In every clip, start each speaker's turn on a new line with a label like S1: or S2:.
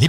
S1: les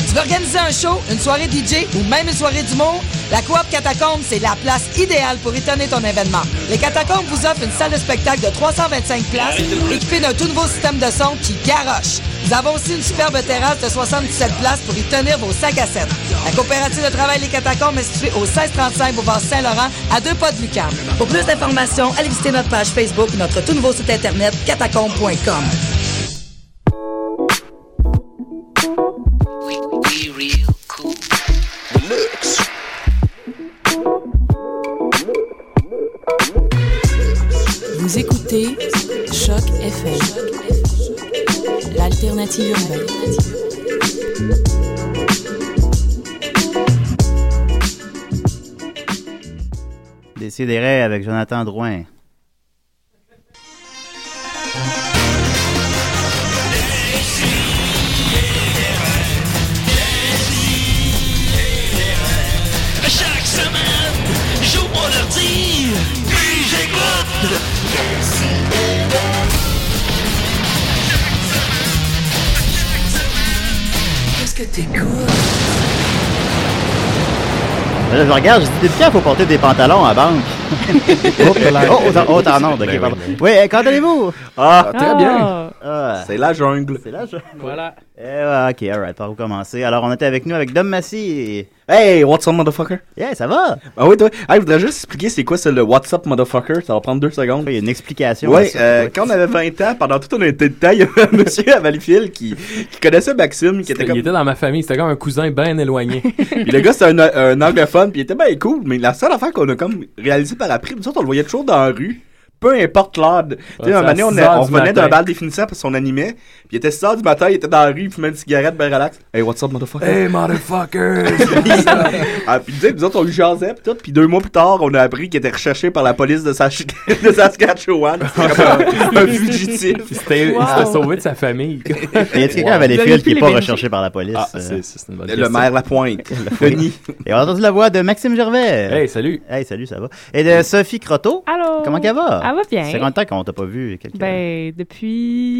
S2: Tu veux organiser un show, une soirée DJ ou même une soirée d'humour? La Coop Catacombe, c'est la place idéale pour étonner ton événement. Les Catacombes vous offrent une salle de spectacle de 325 places équipée d'un tout nouveau système de son qui garoche. Nous avons aussi une superbe terrasse de 77 places pour y tenir vos sacs à scène. La coopérative de travail Les Catacombes est située au 1635 Boulevard Saint-Laurent, à deux pas de Lucam. Pour plus d'informations, allez visiter notre page Facebook ou notre tout nouveau site internet catacombes.com.
S3: Vous écoutez Choc FM, l'alternative urbaine.
S4: Décidérez avec Jonathan Drouin.
S5: Chaque semaine, j'ouvre mon ordi, puis j'écoute.
S4: Là, je regarde, je dis, depuis quand il faut porter des pantalons à banque? oh, oh, t'en- oh, t'en ondes,
S6: Ben
S4: ok, pardon. Oui, eh, quand allez-vous?
S6: Ah, très bien.
S4: Ah,
S6: C'est la jungle.
S4: c'est là, je...
S7: Voilà.
S4: Eh, ouais, ok, alright, par où commencer? Alors, on était avec nous avec Dom Massy.
S6: Hey, what's up, motherfucker?
S4: Yeah, ça va?
S6: Ah oui, toi. Hey, je voudrais juste expliquer c'est quoi c'est le what's up, motherfucker. Ça va prendre deux secondes.
S4: Il y a une explication. à
S6: Ouais,
S4: ça.
S6: euh, quand on avait 20 ans, pendant toute une été de temps, il y avait un monsieur à Valleyfield qui, qui connaissait Maxime, qui était
S7: Il
S6: comme...
S7: était dans ma famille, c'était comme un cousin bien éloigné.
S6: Puis le gars, c'était un, un anglophone, puis il était bien cool, mais la seule affaire qu'on a comme réalisé par après, nous autres, on le voyait toujours dans la rue. Peu importe l'heure. de- Tu sais,
S7: Ouais,
S6: un moment
S7: c'est
S6: donné,
S7: à
S6: on,
S7: six heures
S6: on
S7: du
S6: revenait
S7: matin.
S6: d'un bal définissant parce qu'on animait. Puis il était 6 h du matin, il était dans la rue, il fumait une cigarette, ben relax. Hey, what's up, motherfucker?
S7: motherfuckers!
S6: Ah, puis tu sais, nous autres, on lui jasait, pis tout. Puis deux mois plus tard, on a appris qu'il était recherché par la police de, Sach- de Saskatchewan. C'était comme un, un fugitif.
S7: C'était, Il s'était sauvé de sa famille.
S4: Y a-t-il quelqu'un à
S7: Vous avez
S4: Valleyfield qui n'est
S7: vu les
S4: pas
S7: bénéfices?
S4: recherché par la police?
S7: Ah,
S4: euh,
S7: c'est, c'est- c'est une bonne
S6: Le
S7: question.
S6: maire Lapointe. Denis.
S4: Et on a entendu la voix de Maxime Gervais.
S7: Hey, salut!
S4: Hey, salut, ça va? Et de Sophie Croteau.
S8: Allô?
S4: Comment qu'elle va?
S8: Elle va bien.
S4: C'est longtemps qu'on t'a pas vu. quelqu'un.
S8: Ben,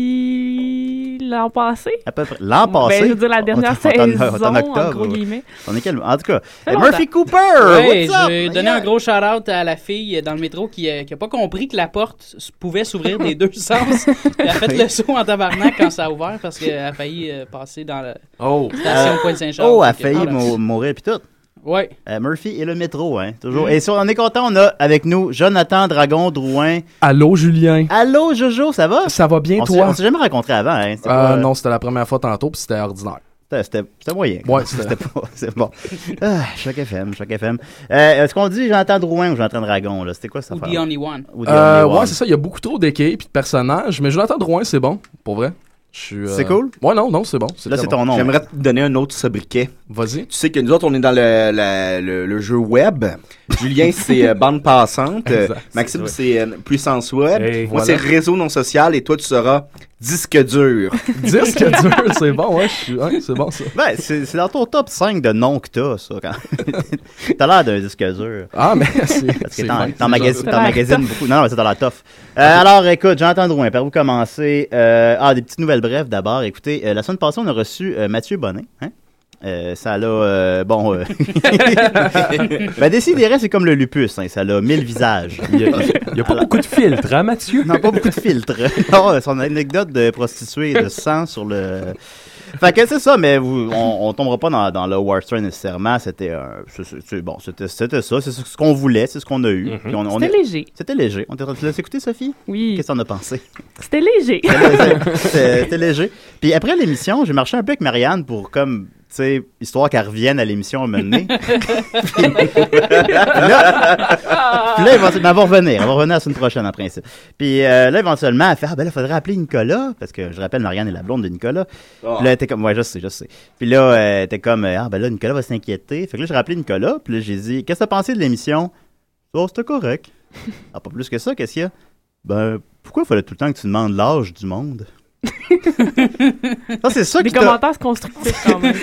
S8: depuis l'an passé.
S4: À peu près. L'an passé.
S8: Ben, je veux dire la dernière
S4: on est en- on est en
S8: saison, en,
S4: octobre,
S8: gros
S4: ouais.
S8: guillemets.
S4: On est quel- En tout cas,
S8: fait
S4: eh,
S8: longtemps.
S4: Murphy Cooper!
S9: Ouais,
S4: what's up?
S9: je vais donner un gros shout-out à la fille dans le métro qui n'a pas compris que la porte s- pouvait s'ouvrir des deux sens. Elle a fait le saut en tabarnak quand ça a ouvert parce qu'elle a failli euh, passer dans la
S7: Oh!
S9: station Pointe-Saint-Charles.
S4: Oh, a
S9: Fait que,
S4: failli
S9: voilà.
S4: mou- mourir puis tout.
S9: Ouais.
S4: Euh, Murphy et le métro, hein, toujours.
S8: Mm.
S4: Et si on est content, on a avec nous Jonathan Dragon Drouin.
S10: Allô Julien,
S4: Allô Jojo, ça va?
S10: ça va bien
S4: on s'est-
S10: toi?
S4: on s'est jamais rencontré avant, hein? C'était
S10: Euh,
S4: pas-
S10: non, c'était la première fois tantôt, puis c'était ordinaire.
S4: C'était- C'était c'était moyen.
S10: Ouais,
S4: c'était pas. C'est bon. Ah, choc FM, choc FM. Euh, Est-ce qu'on dit Jonathan Drouin ou Jonathan Dragon, là? C'était quoi ça?
S9: Ou The Only One.
S4: Ou The
S10: Euh,
S4: Only One.
S10: ouais, c'est ça, il y a beaucoup trop d'équipes et de personnages, mais Jonathan Drouin, c'est bon, pour vrai. Je suis, euh,
S4: C'est cool?
S10: Ouais, non, non, c'est bon.
S4: Là,
S10: très
S4: c'est
S10: bon.
S4: ton nom. hein.
S6: J'aimerais te donner un autre sobriquet.
S10: Vas-y.
S6: Tu sais que nous autres, on est dans le, la- le, le jeu web. Julien, c'est euh, bande passante. Euh,
S10: Exact.
S6: Maxime, c'est euh, puissance web.
S7: Hey,
S6: Moi,
S10: voilà.
S6: c'est réseau non social. Et toi, tu seras disque dur.
S10: Disque dur, c'est bon, ouais, je suis. ouais, c'est bon ça.
S4: Ben, c'est c'est dans ton top 5 de noms que t'as, ça. Quand... t'as l'air d'un disque dur.
S10: Ah, mais c'est.
S4: Parce que
S10: c'est
S4: t'en-
S10: nice,
S4: t'en
S10: c'est
S4: magasi-
S10: gentil.
S4: t'en magasines beaucoup. Non, mais c'est dans la toffe. Euh, alors, écoute, j'entends Drouin. Par où commencer? Euh, ah, des petites nouvelles brèves d'abord. Écoutez, euh, la semaine passée, on a reçu euh, Mathieu Bonnet. Hein? Euh, ça l'a. euh, bon. Euh... ben, Décidérez, c'est comme le lupus. Hein, ça l'a mille visages.
S7: Il y a, il y a pas beaucoup de filtres, hein, Mathieu?
S4: Non, pas beaucoup de filtres. Non, euh, son anecdote de prostituée de sang sur le. Fait que c'est ça, mais vous- on, on tombera pas dans, dans le War Strain nécessairement. C'était un- c'est- c'est- c'est- bon, c'était c'était ça, c'est ce qu'on voulait, c'est ce qu'on a eu. Puis on- on
S8: Mhm. C'était
S4: est-
S8: léger.
S4: C'était léger. On t'a- tu l'as écouté, Sophie?
S8: Oui.
S4: Qu'est-ce que t'en as pensé?
S8: C'était léger.
S4: C'était c'était léger. Puis après l'émission, j'ai marché un peu avec Marianne pour comme, tu sais, histoire qu'elle revienne à l'émission à un moment donné. Puis là, éventuellement, elle va revenir. Elle va revenir la semaine prochaine, en principe. Puis euh, là, éventuellement, elle fait Ah, ben là, faudrait appeler Nicolas. Parce que je rappelle, Marianne est la blonde de Nicolas.
S11: Ah.
S4: Puis là, elle était comme Ouais, je sais, je sais. Puis là, euh, elle était comme Ah, ben là, Nicolas va s'inquiéter. Fait que là, j'ai rappelé Nicolas. Puis là, j'ai dit Qu'est-ce que t'as pensé de l'émission Oh, c'était correct. Ah, pas plus que ça, qu'est-ce qu'il y a Ben, pourquoi fallait tout le temps que tu demandes l'âge du monde Non, c'est ça
S8: Des
S4: qui t'a-
S8: commentaires constructifs quand même.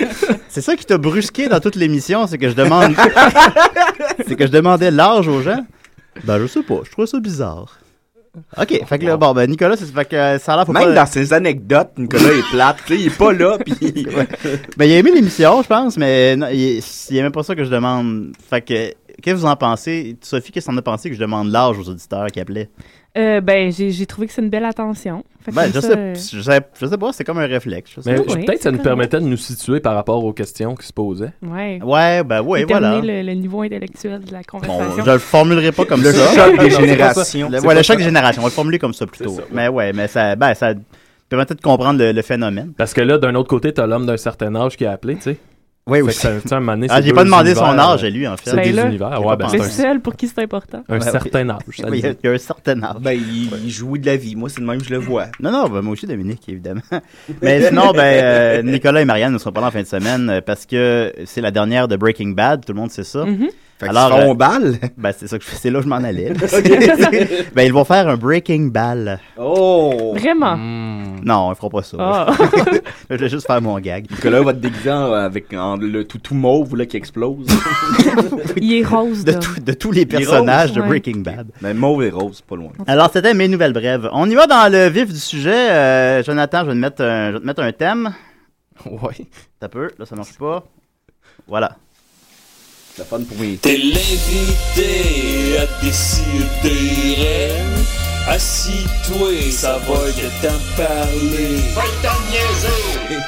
S4: C'est ça qui t'a brusqué dans toute l'émission, c'est que je demande. c'est que je demandais l'âge aux gens. Ben, je sais pas, je trouve ça bizarre. Ok, fait que là, bon, ben, Nicolas, c'est fait que euh, ça a l'air. faut
S6: Même
S4: pas-
S6: dans ses anecdotes, Nicolas est plate. tu sais, il est pas là, puis
S4: Ouais. Ben, il a aimé l'émission, je pense, mais non, il, il aimait pas ça que je demande. Fait que, qu'est-ce que vous en pensez Sophie, qu'est-ce que t'en as pensé que je demande l'âge aux auditeurs qui appelaient
S8: Euh, ben, j'ai j'ai trouvé que c'est une belle attention. Fait que
S4: Ben,
S8: comme
S4: je,
S8: ça,
S4: sais,
S8: euh,
S4: je, sais, je sais pas, c'est comme un réflexe. je sais
S7: Mais
S4: pas.
S8: Oui,
S7: je- peut-être
S8: c'est
S7: ça nous
S8: correct.
S7: permettait de nous situer par rapport aux questions qui se posaient.
S8: Ouais.
S4: Ouais, ben ouais,
S8: Déterminer
S4: voilà.
S8: Le, le niveau intellectuel de la
S4: Bon,
S8: conversation.
S4: je le formulerai pas comme
S6: Le
S4: ça.
S6: choc des
S4: Non, c'est pas ça. Le,
S6: générations. C'est
S4: ouais,
S6: pas
S4: le choc
S6: ça.
S4: des générations. On va le formuler comme ça plutôt. Mais ouais, mais ça, ben, ça permettait de comprendre le, le phénomène.
S7: Parce que là, d'un autre côté, t'as l'homme d'un certain âge qui a appelé, tu sais.
S4: Oui,
S7: oui.
S4: Ah, j'ai pas demandé son âge à lui, en fait.
S7: C'est
S4: Ben
S7: des
S4: là,
S7: euh, univers.
S4: j'ai
S7: Ouais,
S4: pas
S7: ben,
S4: pensé.
S7: c'est
S8: C'est
S7: un-
S8: seul pour qui c'est important.
S7: Un
S4: Ouais,
S7: certain
S4: oui.
S7: âge, ça
S4: Oui, il y, a,
S7: le dit.
S4: il y a un certain âge.
S6: Ben, il, il jouit de la vie. Moi, c'est le même, je le vois.
S4: Non, non, ben, moi aussi, Dominique, évidemment. Mais sinon, ben, euh, Nicolas et Marianne ne seront pas là en fin de semaine euh, parce que c'est la dernière de Breaking Bad, tout le monde sait ça.
S8: Mm-hmm.
S6: Mhm. Fait qu'ils
S4: Alors,
S6: seront
S4: euh,
S6: au bal?
S4: Ben, c'est ça que je fais, c'est là que je m'en allais.
S6: Ok.
S4: ben, ils vont faire un Breaking Ball.
S6: Oh!
S8: Vraiment?
S4: mm.
S6: Mm.
S4: Non, ils feront pas ça.
S8: Ah.
S4: je vais juste faire mon gag.
S6: Nicolas va te déguiser en- euh, avec en- le tout, tout mauve là, qui explose.
S8: Il est rose.
S4: De,
S8: Dom.
S4: tout- de tous les personnages de
S8: ouais.
S4: Breaking Bad.
S6: Mais mauve et rose, pas loin.
S4: Alors, c'était mes nouvelles brèves. On y va dans le vif du sujet. Euh, Jonathan, je vais, te mettre un, je vais te mettre un thème. euh,
S10: Ouais.
S4: T'as peu, là, ça marche pas. Voilà.
S6: La fun pour mes...
S5: T'es l'invité à décider. Assis-toi, ça va que t'en parler. Va t'en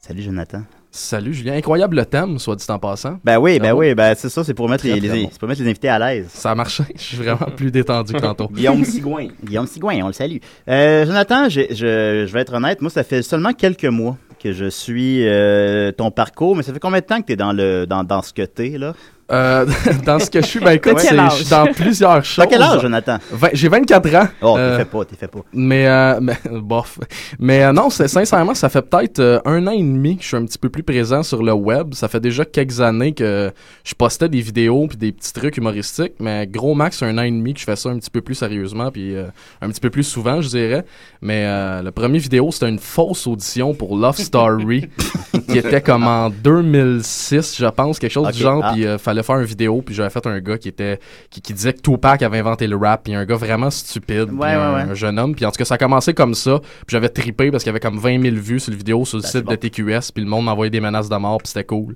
S4: Salut, Jonathan.
S10: Salut Julien, incroyable le thème, soit dit en passant.
S4: Ben oui, ben
S10: Bravo.
S4: oui, ben c'est ça, c'est pour mettre
S10: Très,
S4: les,
S10: très
S4: les-
S10: bon.
S4: c'est pour mettre les invités à l'aise.
S10: Ça a marché, je suis vraiment plus détendu que tantôt.
S6: Guillaume Sigouin.
S4: Guillaume Sigouin, on le salue. Euh, Jonathan, j'ai- je, je vais être honnête, moi, ça fait seulement quelques mois que je suis euh, ton parcours, mais ça fait combien de temps que t'es dans le dans, dans ce que t'es, là?
S10: Euh, dans ce que je suis, ben écoute,
S4: T'as quel
S10: c'est-
S4: âge?
S10: je suis dans plusieurs choses.
S4: T'as quel âge, Jonathan?
S10: Vingt- J'ai 24 ans.
S4: Oh,
S10: Euh,
S4: t'es fait pas, t'es fait pas.
S10: Mais, euh, mais bof. Mais euh, non, c'est sincèrement, ça fait peut-être euh, un an et demi que je suis un petit peu plus présent sur le web. Ça fait déjà quelques années que je postais des vidéos puis des petits trucs humoristiques, mais gros max un an et demi que je fais ça un petit peu plus sérieusement puis euh, un petit peu plus souvent, je dirais. Mais euh, le premier vidéo, c'était une fausse audition pour Love Story qui était comme en 2006, je pense, quelque chose
S4: Ok,
S10: du genre.
S4: ah.
S10: Puis euh, fallait faire une vidéo puis j'avais fait un gars qui était qui, qui disait que Tupac avait inventé le rap puis un gars vraiment stupide
S4: Ouais,
S10: puis
S4: ouais,
S10: un-
S4: ouais.
S10: un jeune homme. Puis en tout cas, ça a commencé comme ça. Puis j'avais trippé parce qu'il y avait comme 20 000 vues sur le vidéo
S4: Ben,
S10: sur le site de TQS. Puis le monde m'envoyait des menaces de mort. Puis c'était cool.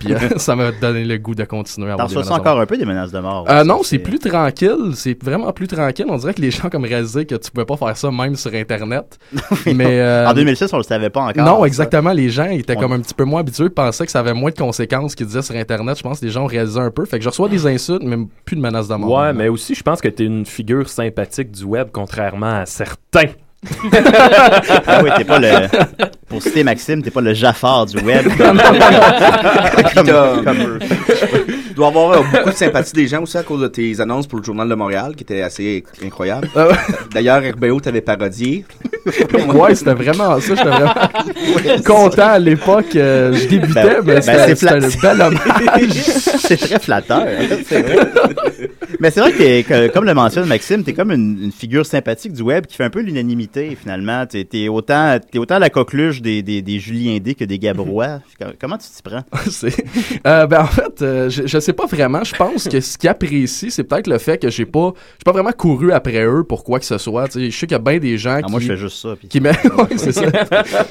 S10: puis euh, ça m'a donné le goût de continuer à
S4: T'en
S10: avoir des
S4: reçois ça
S10: menaces de mort.
S4: encore un peu des menaces de mort?
S10: Euh, non, c'est plus tranquille. C'est vraiment plus tranquille. On dirait que les gens comme réalisaient que tu pouvais pas faire ça même sur Internet. mais euh,
S4: En 2006, on le savait pas encore.
S10: non, exactement. Les gens étaient
S4: On-
S10: comme un petit peu moins habitués, pensaient que ça avait moins de conséquences qu'ils disaient sur Internet. Je pense que les gens réalisaient un peu. Fait que je reçois des insultes, mais plus de menaces de mort.
S7: Ouais, mais aussi, je pense que t'es une figure sympathique du web, contrairement à certains.
S4: Ah oui, t'es pas le. Pour citer Maxime, t'es pas le Jaffard du web. comme,
S6: T'as-
S4: comme-
S6: Tu dois avoir euh, beaucoup de sympathie des gens aussi à cause de tes annonces pour le Journal de Montréal, qui étaient assez incroyables.
S4: Ah
S6: D'ailleurs, RBO t'avait parodié.
S10: Ouais, c'était vraiment ça. J'étais vraiment content à l'époque. euh, je débutais,
S4: Ben,
S10: mais
S4: ben,
S10: c'était
S4: c'est
S10: c'était
S4: plat-
S10: un bel hommage.
S4: c'est très flatteur. c'est vrai. Mais c'est vrai que, t'es- que, comme le mentionne Maxime, t'es comme une, une figure sympathique du web qui fait un peu l'unanimité, finalement. T'es t'es autant, t'es autant la coqueluche des, des, des Julien D que des Gabrois. Comment tu t'y prends?
S10: Ah, C'est- Euh, ben en fait, euh, je, je sais pas vraiment. Je pense que ce qu'ils apprécient, c'est peut-être le fait que j'ai pas, j'ai pas vraiment couru après eux pour quoi que ce soit. Tu sais, je sais qu'il y a bien des gens qui.
S4: Ah, moi, je fais juste ça, puis-
S10: Qui met- Ouais, c'est ça.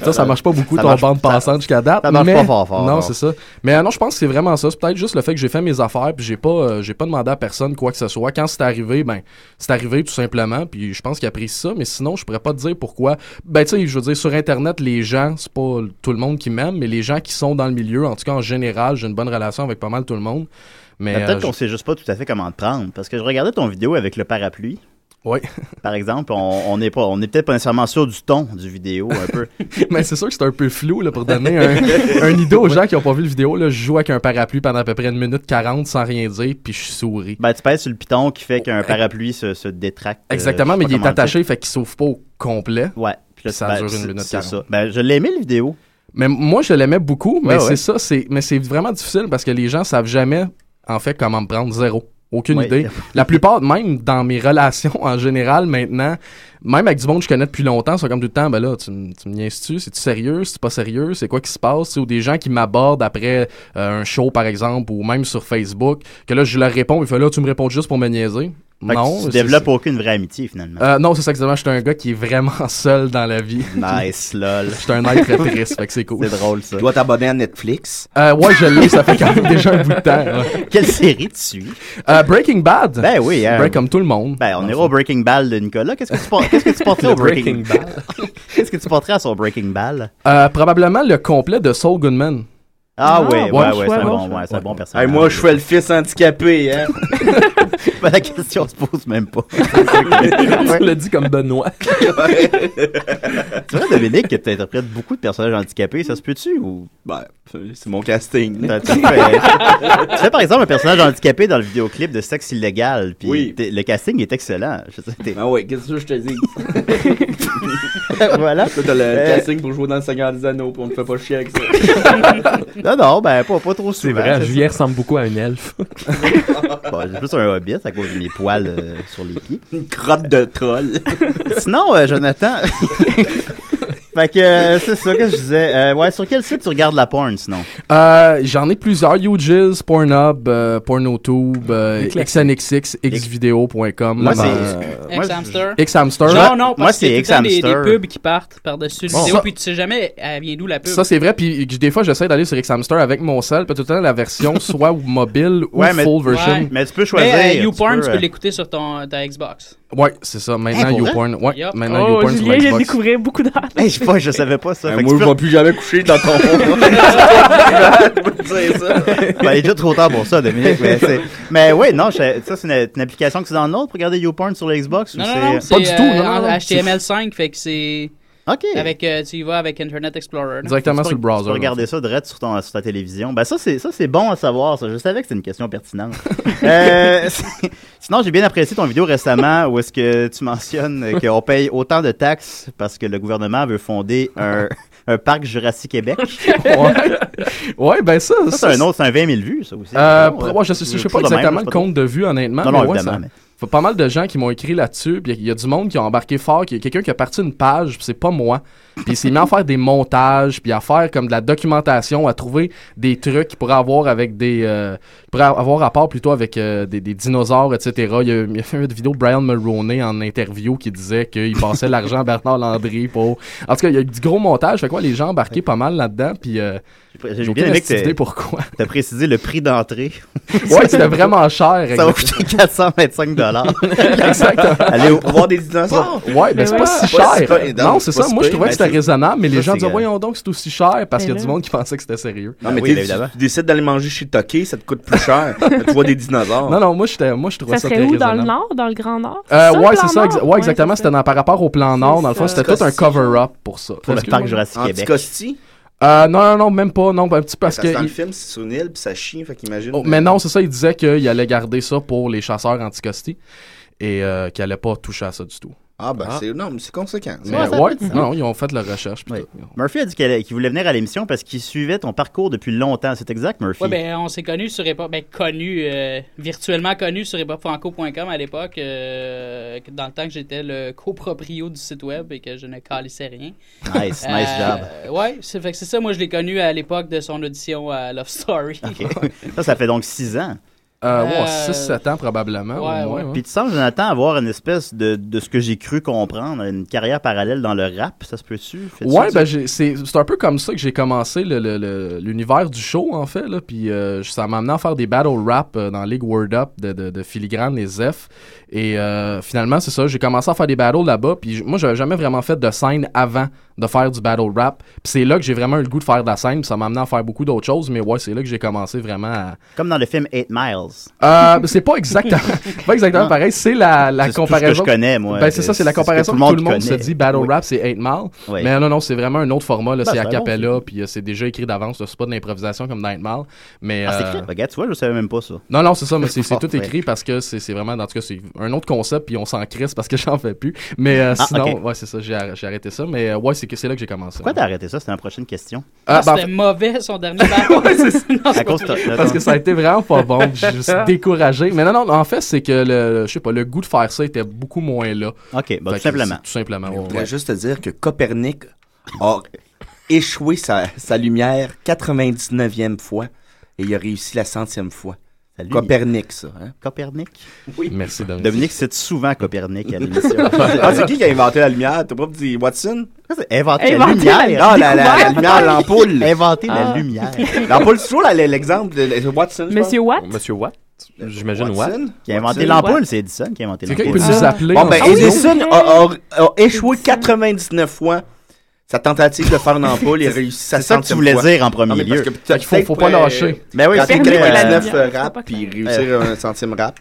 S10: ça, ça marche pas beaucoup
S4: Ça
S10: ton
S4: marche-
S10: bande passante jusqu'à date.
S4: ça marche
S10: mais-
S4: pas fort, fort,
S10: Non,
S4: fort.
S10: c'est ça. Mais euh, non, je pense que c'est vraiment ça. C'est peut-être juste le fait que j'ai fait mes affaires puis j'ai pas, euh, j'ai pas demandé à personne quoi que ce soit. Quand c'est arrivé, ben, c'est arrivé tout simplement, puis je pense qu'il apprécie ça, mais sinon, je pourrais pas te dire pourquoi. Ben, tu sais, je veux dire, sur Internet, les gens, c'est pas tout le monde qui m'aime, mais les gens qui sont dans le milieu, en tout cas, en général, j'ai une bonne relation avec pas mal tout le monde. Mais,
S4: Ben,
S10: euh,
S4: peut-être
S10: je-
S4: qu'on sait juste pas tout à fait comment te prendre. Parce que je regardais ton vidéo avec le parapluie.
S10: Oui.
S4: Par exemple, on on n'est pas, on n'est peut-être pas nécessairement sûr du ton du vidéo un peu.
S10: Mais c'est sûr que c'est un peu flou là, pour donner un, un idée aux gens qui n'ont pas vu le vidéo. Là, je joue avec un parapluie pendant à peu près une minute 40 sans rien dire, puis je souris.
S4: Ben, tu pèses sur le piton qui fait qu'un parapluie se, se détracte. euh,
S10: Oh, Exactement,
S4: je sais
S10: mais
S4: pas
S10: il est
S4: comment le dire.
S10: attaché, fait qu'il s'ouvre pas au complet.
S4: Ouais.
S10: Puis ça
S4: ben,
S10: dure
S4: c'est-
S10: une minute
S4: c'est
S10: 40.
S4: ça. Ben, je l'aimais, la vidéo.
S10: Mais moi, je l'aimais beaucoup, mais
S4: Ouais,
S10: c'est
S4: ouais.
S10: ça, c'est, mais c'est vraiment difficile parce que les gens savent jamais, en fait, comment me prendre zéro. Aucune
S4: Ouais.
S10: idée. La plupart, même dans mes relations en général maintenant, même avec du monde que je connais depuis longtemps, sont comme tout le temps, ben là, tu, me- tu me niaises-tu? C'est-tu sérieux? C'est-tu pas sérieux? C'est quoi qui se passe? Tu sais, Ou des gens qui m'abordent après euh, un show, par exemple, ou même sur Facebook, que là, je leur réponds, il fait là, tu me réponds juste pour me niaiser.
S4: Fait que
S10: non.
S4: tu
S10: c'est-
S4: développes aucune vraie amitié finalement.
S10: euh, non, c'est ça exactement. Je suis un gars qui est vraiment seul dans la vie.
S4: Nice, lol.
S10: Je suis un être triste, fait que c'est cool.
S4: C'est drôle ça.
S10: Tu
S6: dois t'abonner à Netflix.
S10: Euh, ouais, je l'ai, ça fait quand même déjà un bout de temps. ouais.
S4: Quelle série tu suis
S10: Euh, Breaking Bad.
S4: Ben oui, hein.
S10: Break comme tout le monde.
S4: Ben, on ira au Breaking Ball de Nicolas. Qu'est-ce que tu, por- qu'est-ce que tu porterais
S10: Le
S4: au Breaking,
S10: Breaking
S4: Ball Qu'est-ce que tu porterais à son Breaking Ball
S10: Euh, probablement le complet de Saul Goodman.
S4: Ah, oui, ouais, ouais, c'est un bon, ouais, c'est un bon personnage.
S6: Hey, moi, je fais le fils handicapé, hein.
S4: Ben, la question se pose même pas.
S10: tu l'as dit comme Benoît.
S4: tu vois, Dominique, que tu interprètes beaucoup de personnages handicapés, ça se peut-tu ou.
S6: Ben, c'est mon casting.
S4: Tu fais, tu fais, par exemple un personnage handicapé dans le vidéoclip de Sexe illégal, puis
S6: Oui.
S4: t'es- le casting est excellent. Je sais, t'es-
S6: Ah ouais, qu'est-ce que je te dis?
S4: voilà.
S6: Toi, t'as le
S4: Euh,
S6: casting pour jouer dans le Seigneur des Anneaux, puis on te fait pas chier avec ça.
S4: Non, non, ben, pas, pas trop
S7: C'est
S4: souvent.
S7: vrai,
S4: c'est
S7: Julien ressemble beaucoup à un elfe.
S4: Bon, j'ai plus un hobbit à cause de mes poils euh, sur les pieds.
S6: Une crotte de troll.
S4: Sinon, euh, Jonathan. fait que euh, c'est ça que je disais. Euh, ouais, sur quel site tu regardes la porn sinon
S10: Euh, J'en ai plusieurs. YouGiz, Pornhub, euh, Pornotube, euh,
S4: Éclectique.
S10: XNXX, xvideo.com.
S4: Moi,
S10: Euh,
S4: c'est- moi,
S9: X-Hamster.
S10: X-Hamster.
S9: Non, non, parce
S10: Moi,
S9: que c'est
S10: c'est
S9: tout le temps des, des
S10: X-Hamster.
S9: pubs qui partent par-dessus le
S10: Bon.
S9: vidéo,
S10: Ça-
S9: puis tu sais jamais, elle vient d'où la pub.
S10: Ça, c'est vrai. Puis des fois, j'essaie d'aller sur Xhamster avec mon sel. Puis tout le temps, la version soit mobile ou
S4: Ouais, mais-
S10: full version.
S9: Ouais. Mais, euh, YouPorn, tu peux l'écouter sur ton, ta Xbox.
S10: Ouais, c'est ça. Maintenant,
S9: Hein, pour vrai?
S10: YouPorn. Ouais,
S9: Yup.
S10: maintenant,
S9: Oh,
S10: YouPorn sur
S8: Julien, il a
S10: Xbox.
S8: découvert beaucoup d'art.
S4: Hey, je sais pas, je savais pas ça.
S6: Ben,
S4: Fait que
S6: moi,
S4: tu
S6: je
S4: peux-
S6: vais plus jamais coucher dans ton.
S4: ben, il est déjà trop tard pour ça, Dominique. Mais, c'est- mais oui, non, je- ça, c'est une, une application que tu downloads pour regarder YouPorn sur la Xbox
S9: Non,
S4: ou
S9: non, non,
S4: c'est.
S9: c'est euh, en HTML5, fait que c'est...
S4: OK.
S9: Avec, euh, tu y vas avec Internet Explorer. là.
S4: Tu peux- Tu peux regarder ça direct sur, ton- sur ta télévision. Ben ça, c'est ça, c'est bon à savoir. Ça. Je savais que c'était une question pertinente. Euh, c'est- sinon, j'ai bien apprécié ton vidéo récemment où est-ce que tu mentionnes qu'on paye autant de taxes parce que le gouvernement veut fonder un, un parc Jurassic Québec.
S10: ouais. ben ça,
S4: ça, c'est
S10: ça,
S4: un autre, c'est un 20 000 vues, ça aussi.
S10: Euh,
S4: Non,
S10: pro-
S4: euh,
S10: ouais, je sais, je sais
S4: quelque
S10: pas
S4: chose de même, je
S10: exactement le
S4: sais pas
S10: compte de vue, honnêtement.
S4: Non, non,
S10: mais ouais,
S4: évidemment,
S10: ça-
S4: mais-
S10: Faut pas mal de gens qui m'ont écrit là-dessus. puis Il y, a- il y a du monde qui a embarqué fort. qu'il y a quelqu'un qui a parti une page, puis c'est pas moi. Puis il s'est mis à faire des montages, puis à faire comme de la documentation, à trouver des trucs qu'il pourrait avoir avec des. euh, qu'il pourrait avoir rapport plutôt avec euh, des, des dinosaures, etc. Il y a, il a fait une vidéo de Brian Mulroney en interview qui disait qu'il passait l'argent à Bernard Landry pour. En tout cas, il y a eu du gros montage. Fait quoi, les gens embarquaient pas mal là-dedans. Puis. euh,
S4: J'ai
S10: aucune
S4: bien aimé que
S10: idée
S4: t'aies-
S10: pourquoi.
S4: T'as précisé le prix d'entrée.
S10: Ouais, c'était vraiment cher.
S4: Ça va coûter 425
S10: Exactement.
S4: Allez au-
S6: Pour voir des dinosaures.
S10: Ouais, mais c'est pas si
S6: Pas si
S10: cher.
S6: pas-
S10: non, c'est
S6: pas
S10: ça.
S6: si
S10: Moi, je
S6: pire.
S10: trouvais que
S6: Ben,
S10: c'était
S6: c'est-
S10: raisonnable, mais les
S6: ça,
S10: gens
S6: c'est
S10: disaient,
S6: grave.
S10: voyons donc, c'est aussi cher parce qu'il y a
S6: Ben
S10: du
S6: là.
S10: monde qui pensait que c'était sérieux.
S4: Ah
S6: Non, Ah, mais t'es- tu, tu décides d'aller manger chez Toké, ça te coûte plus cher. Mais tu vois des dinosaures.
S10: Non, non, moi, j'étais- moi je trouvais
S8: Ça
S10: ça
S8: serait
S10: très
S8: où? Dans le
S10: raisonnable.
S8: Nord? Dans le Grand Nord?
S10: Euh,
S8: le
S10: ouais,
S8: plan
S10: c'est ça,
S8: Nord?
S10: exa- ouais, exactement. C'était dans- par rapport au plan Nord. Dans le fond, c'était tout un cover-up pour ça.
S4: Pour le
S10: Excuse-moi. Ah,
S4: parc Jurassique Québec.
S6: Anticosti?
S10: Euh, non, non, non, même pas. Non, un petit peu parce
S6: Parce que dans
S10: que.
S6: le film, c'est sur une île, puis ça chie, fait qu'imagine.
S10: Oh, mais non, c'est ça, il disait qu'il allait garder ça pour les chasseurs anticosti et euh, qu'il allait pas toucher à ça du tout.
S6: Ah, ben,
S10: Ah.
S6: c'est. Non, mais c'est conséquent.
S10: Mais ouais, non, ils ont fait la recherche. puis
S4: Oui. Murphy a dit qu'elle- qu'il voulait venir à l'émission parce qu'il suivait ton parcours depuis longtemps. C'est exact, Murphy?
S9: Ouais, ben, on s'est connus sur Hip Hop, ben, connus, euh, virtuellement connus sur hiphopfranco.com à l'époque, euh, que- dans le temps que j'étais le coproprio du site web et que je ne calissais rien. Euh,
S4: Nice, nice job.
S9: Ouais, c'est fait que c'est ça, moi je l'ai connu à l'époque de son audition à Love Story.
S4: Ça, ça fait donc six ans.
S10: Euh, ouais,
S4: Euh,
S10: 6-7 ans probablement. au moins, hein. ouais.
S4: Puis tu sembles, Jonathan, avoir une espèce de, de ce que j'ai cru comprendre, une carrière parallèle dans le rap, ça se peut-tu? Fais-tu
S10: Ouais,
S4: ça?
S10: ben j'ai- c'est c'est un peu comme ça que j'ai commencé le- le- le- l'univers du show, en fait. Là, puis euh, ça m'a amené à faire des battle rap euh, dans la Ligue Word Up de, de, de Filigrane et Zef. Et euh, finalement, c'est ça, j'ai commencé à faire des battles là-bas. Puis j- moi, j'avais jamais vraiment fait de scène avant de faire du battle rap. Puis c'est là que j'ai vraiment eu le goût de faire de la scène. Puis ça m'a amené à faire beaucoup d'autres choses. Mais ouais, c'est là que j'ai commencé vraiment à.
S4: Comme dans le film 8 Miles.
S10: Euh, ben, c'est pas exactement, pas exactement
S4: Ah! Non.
S10: pareil. C'est la, la
S4: C'est tout ce que
S10: comparaison.
S4: je connais, moi.
S10: Ben, c'est ça,
S4: C'est-
S10: c'est la
S4: c'est ce que
S10: comparaison
S4: tout
S10: que
S4: le
S10: tout le monde,
S4: monde
S10: se
S4: connaît.
S10: dit Battle Rap, c'est 8 Mile.
S4: Oui.
S10: Mais non, non, c'est vraiment un autre format.
S4: Ben,
S10: là, c'est
S4: c'est
S10: a
S4: bon,
S10: cappella, puis euh, c'est déjà écrit d'avance. là, C'est pas de l'improvisation comme dans 8 Mile. Mais,
S4: Ah, c'est
S10: euh,
S4: écrit? Regarde, tu vois, je savais même pas ça.
S10: Non, non, c'est ça, mais c'est c'est
S4: Ah,
S10: tout
S4: ouais.
S10: écrit parce que c'est c'est vraiment, en tout cas, c'est un autre concept, puis on s'en crisse parce que j'en fais plus. Mais euh,
S4: Ah,
S10: sinon,
S4: ok.
S10: ouais, c'est ça, j'ai arr- j'ai arrêté ça. Mais euh, ouais, c'est que- c'est là que j'ai commencé.
S4: Pourquoi t'as arrêté ça? C'était ma prochaine question.
S10: Ah, ben, en
S9: C'était mauvais son dernier battle. Non, c'est
S4: À cause de-
S9: pas vrai.
S10: parce que ça a été vraiment pas bon. puis Je suis découragé. Mais non, non, en fait, c'est que le, je sais pas, le goût de faire ça était beaucoup moins là.
S4: OK,
S10: tout
S6: simplement.
S10: Tout simplement.
S6: Je
S10: ouais,
S6: voudrais
S10: ouais.
S6: juste te dire que Copernic a échoué sa, sa lumière 99e fois et il a réussi la centième fois.
S4: Salut.
S6: Copernic, ça. Hein?
S4: Copernic?
S6: Oui.
S10: Merci, Dominique.
S4: Dominique cite souvent Copernic à l'émission.
S6: ah, c'est qui qui a inventé la lumière? T'as pas dit Watson?
S4: Inventer la Inventer la- lumière.
S6: Ah, la, la- la
S4: Découvert.
S6: lumière, l'ampoule.
S4: Inventer la
S6: Ah.
S4: lumière.
S6: L'ampoule, c'est toujours la- l'exemple de de Watson. je pense.
S8: Monsieur Watt?
S7: Monsieur Watt?
S10: Euh,
S7: J'imagine Watt.
S6: Watson?
S4: Qui a inventé
S6: Watson?
S4: l'ampoule, c'est Edison qui a inventé
S6: C'est
S4: l'ampoule. hein.
S6: Bon,
S4: Ah
S6: ben, Edison a, a- a échoué 99 fois sa tentative de faire une ampoule et a réussi sa
S4: Ah, C'est ça que tu
S6: centième
S4: voulais
S6: fois.
S4: dire en premier
S6: Non, mais parce
S4: lieu.
S6: que
S4: Fait qu'il faut- faut pas
S6: peut-être,
S4: lâcher.
S6: euh,
S4: Mais oui,
S6: quand
S4: c'est
S6: t'es
S4: clair. C'est
S6: 99
S4: pas
S6: rap puis réussir
S4: Euh.
S6: un centième rap.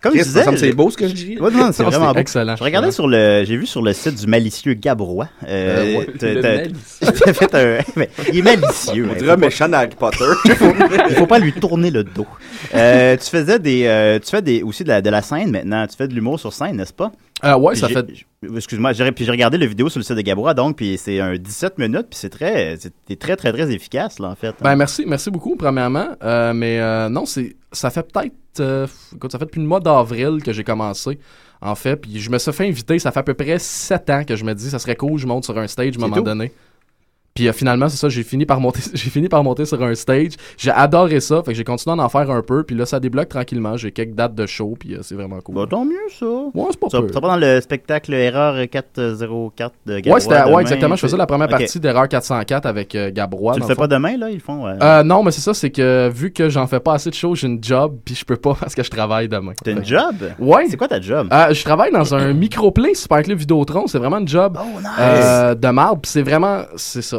S4: Comme
S6: Chris,
S4: je disais,
S6: me semble que c'est
S4: le-
S6: beau ce que je dis.
S4: Ouais, non, c'est
S6: Non,
S4: vraiment
S6: c'est
S4: beau.
S6: excellent.
S4: Je regardais sur le, j'ai vu sur le site du malicieux Gabrois.
S6: Euh, ouais.
S4: t'as-
S6: Le
S4: t'as-
S6: malicieux.
S4: t'as fait un, mais il est malicieux.
S6: On
S4: hein.
S6: dirait un méchant dans Harry Potter.
S4: Il faut pas lui tourner le dos. Euh, tu faisais des, euh, tu fais des, aussi de la, de la scène maintenant. Tu fais de l'humour sur scène, n'est-ce pas?
S10: Ah ouais,
S4: Puis
S10: ça
S4: j'ai-
S10: fait-
S4: j- Excuse-moi, j'ai- puis j'ai regardé la vidéo sur le site de Gabrois, donc, puis c'est un 17 minutes, puis c'est très, c'est t'es très, très, très efficace, là, en fait.
S10: Ben merci, merci beaucoup premièrement, Euh, mais euh, non, c'est ça fait peut-être euh, écoute, ça fait depuis le mois d'avril que j'ai commencé en fait, puis je me suis fait inviter, ça fait à peu près 7 ans que je me dis ça serait cool je monte sur un stage à un moment
S7: tout.
S10: donné. Puis euh, finalement, c'est ça, j'ai fini par monter j'ai fini par monter sur un stage. J'ai adoré ça, fait que j'ai continué à en faire un peu, puis là ça débloque tranquillement, j'ai quelques dates de show, puis euh, c'est vraiment cool.
S4: Bah, tant mieux, ça.
S10: Ouais, c'est pas
S4: Tu vas-
S10: pire.
S4: tu vas pas dans le spectacle Erreur 404 de Gabrois.
S10: Ouais, c'était- ouais,
S4: demain,
S10: exactement, je faisais
S4: puis-
S10: la première
S4: Ok.
S10: partie d'Erreur 404 avec euh, Gabrois.
S4: Tu le
S10: dans
S4: fais
S10: fond.
S4: pas demain, là, ils font. euh,
S10: Euh, non, mais c'est ça, c'est que vu que j'en fais pas assez de choses, j'ai une job, puis je peux pas parce que je travaille demain.
S4: T'as une job?
S10: Ouais.
S4: C'est quoi ta job?
S10: Euh, je travaille dans un microplay Superclub Vidéotron, c'est vraiment une job
S4: Oh,
S10: euh, de marde, puis c'est vraiment, c'est ça.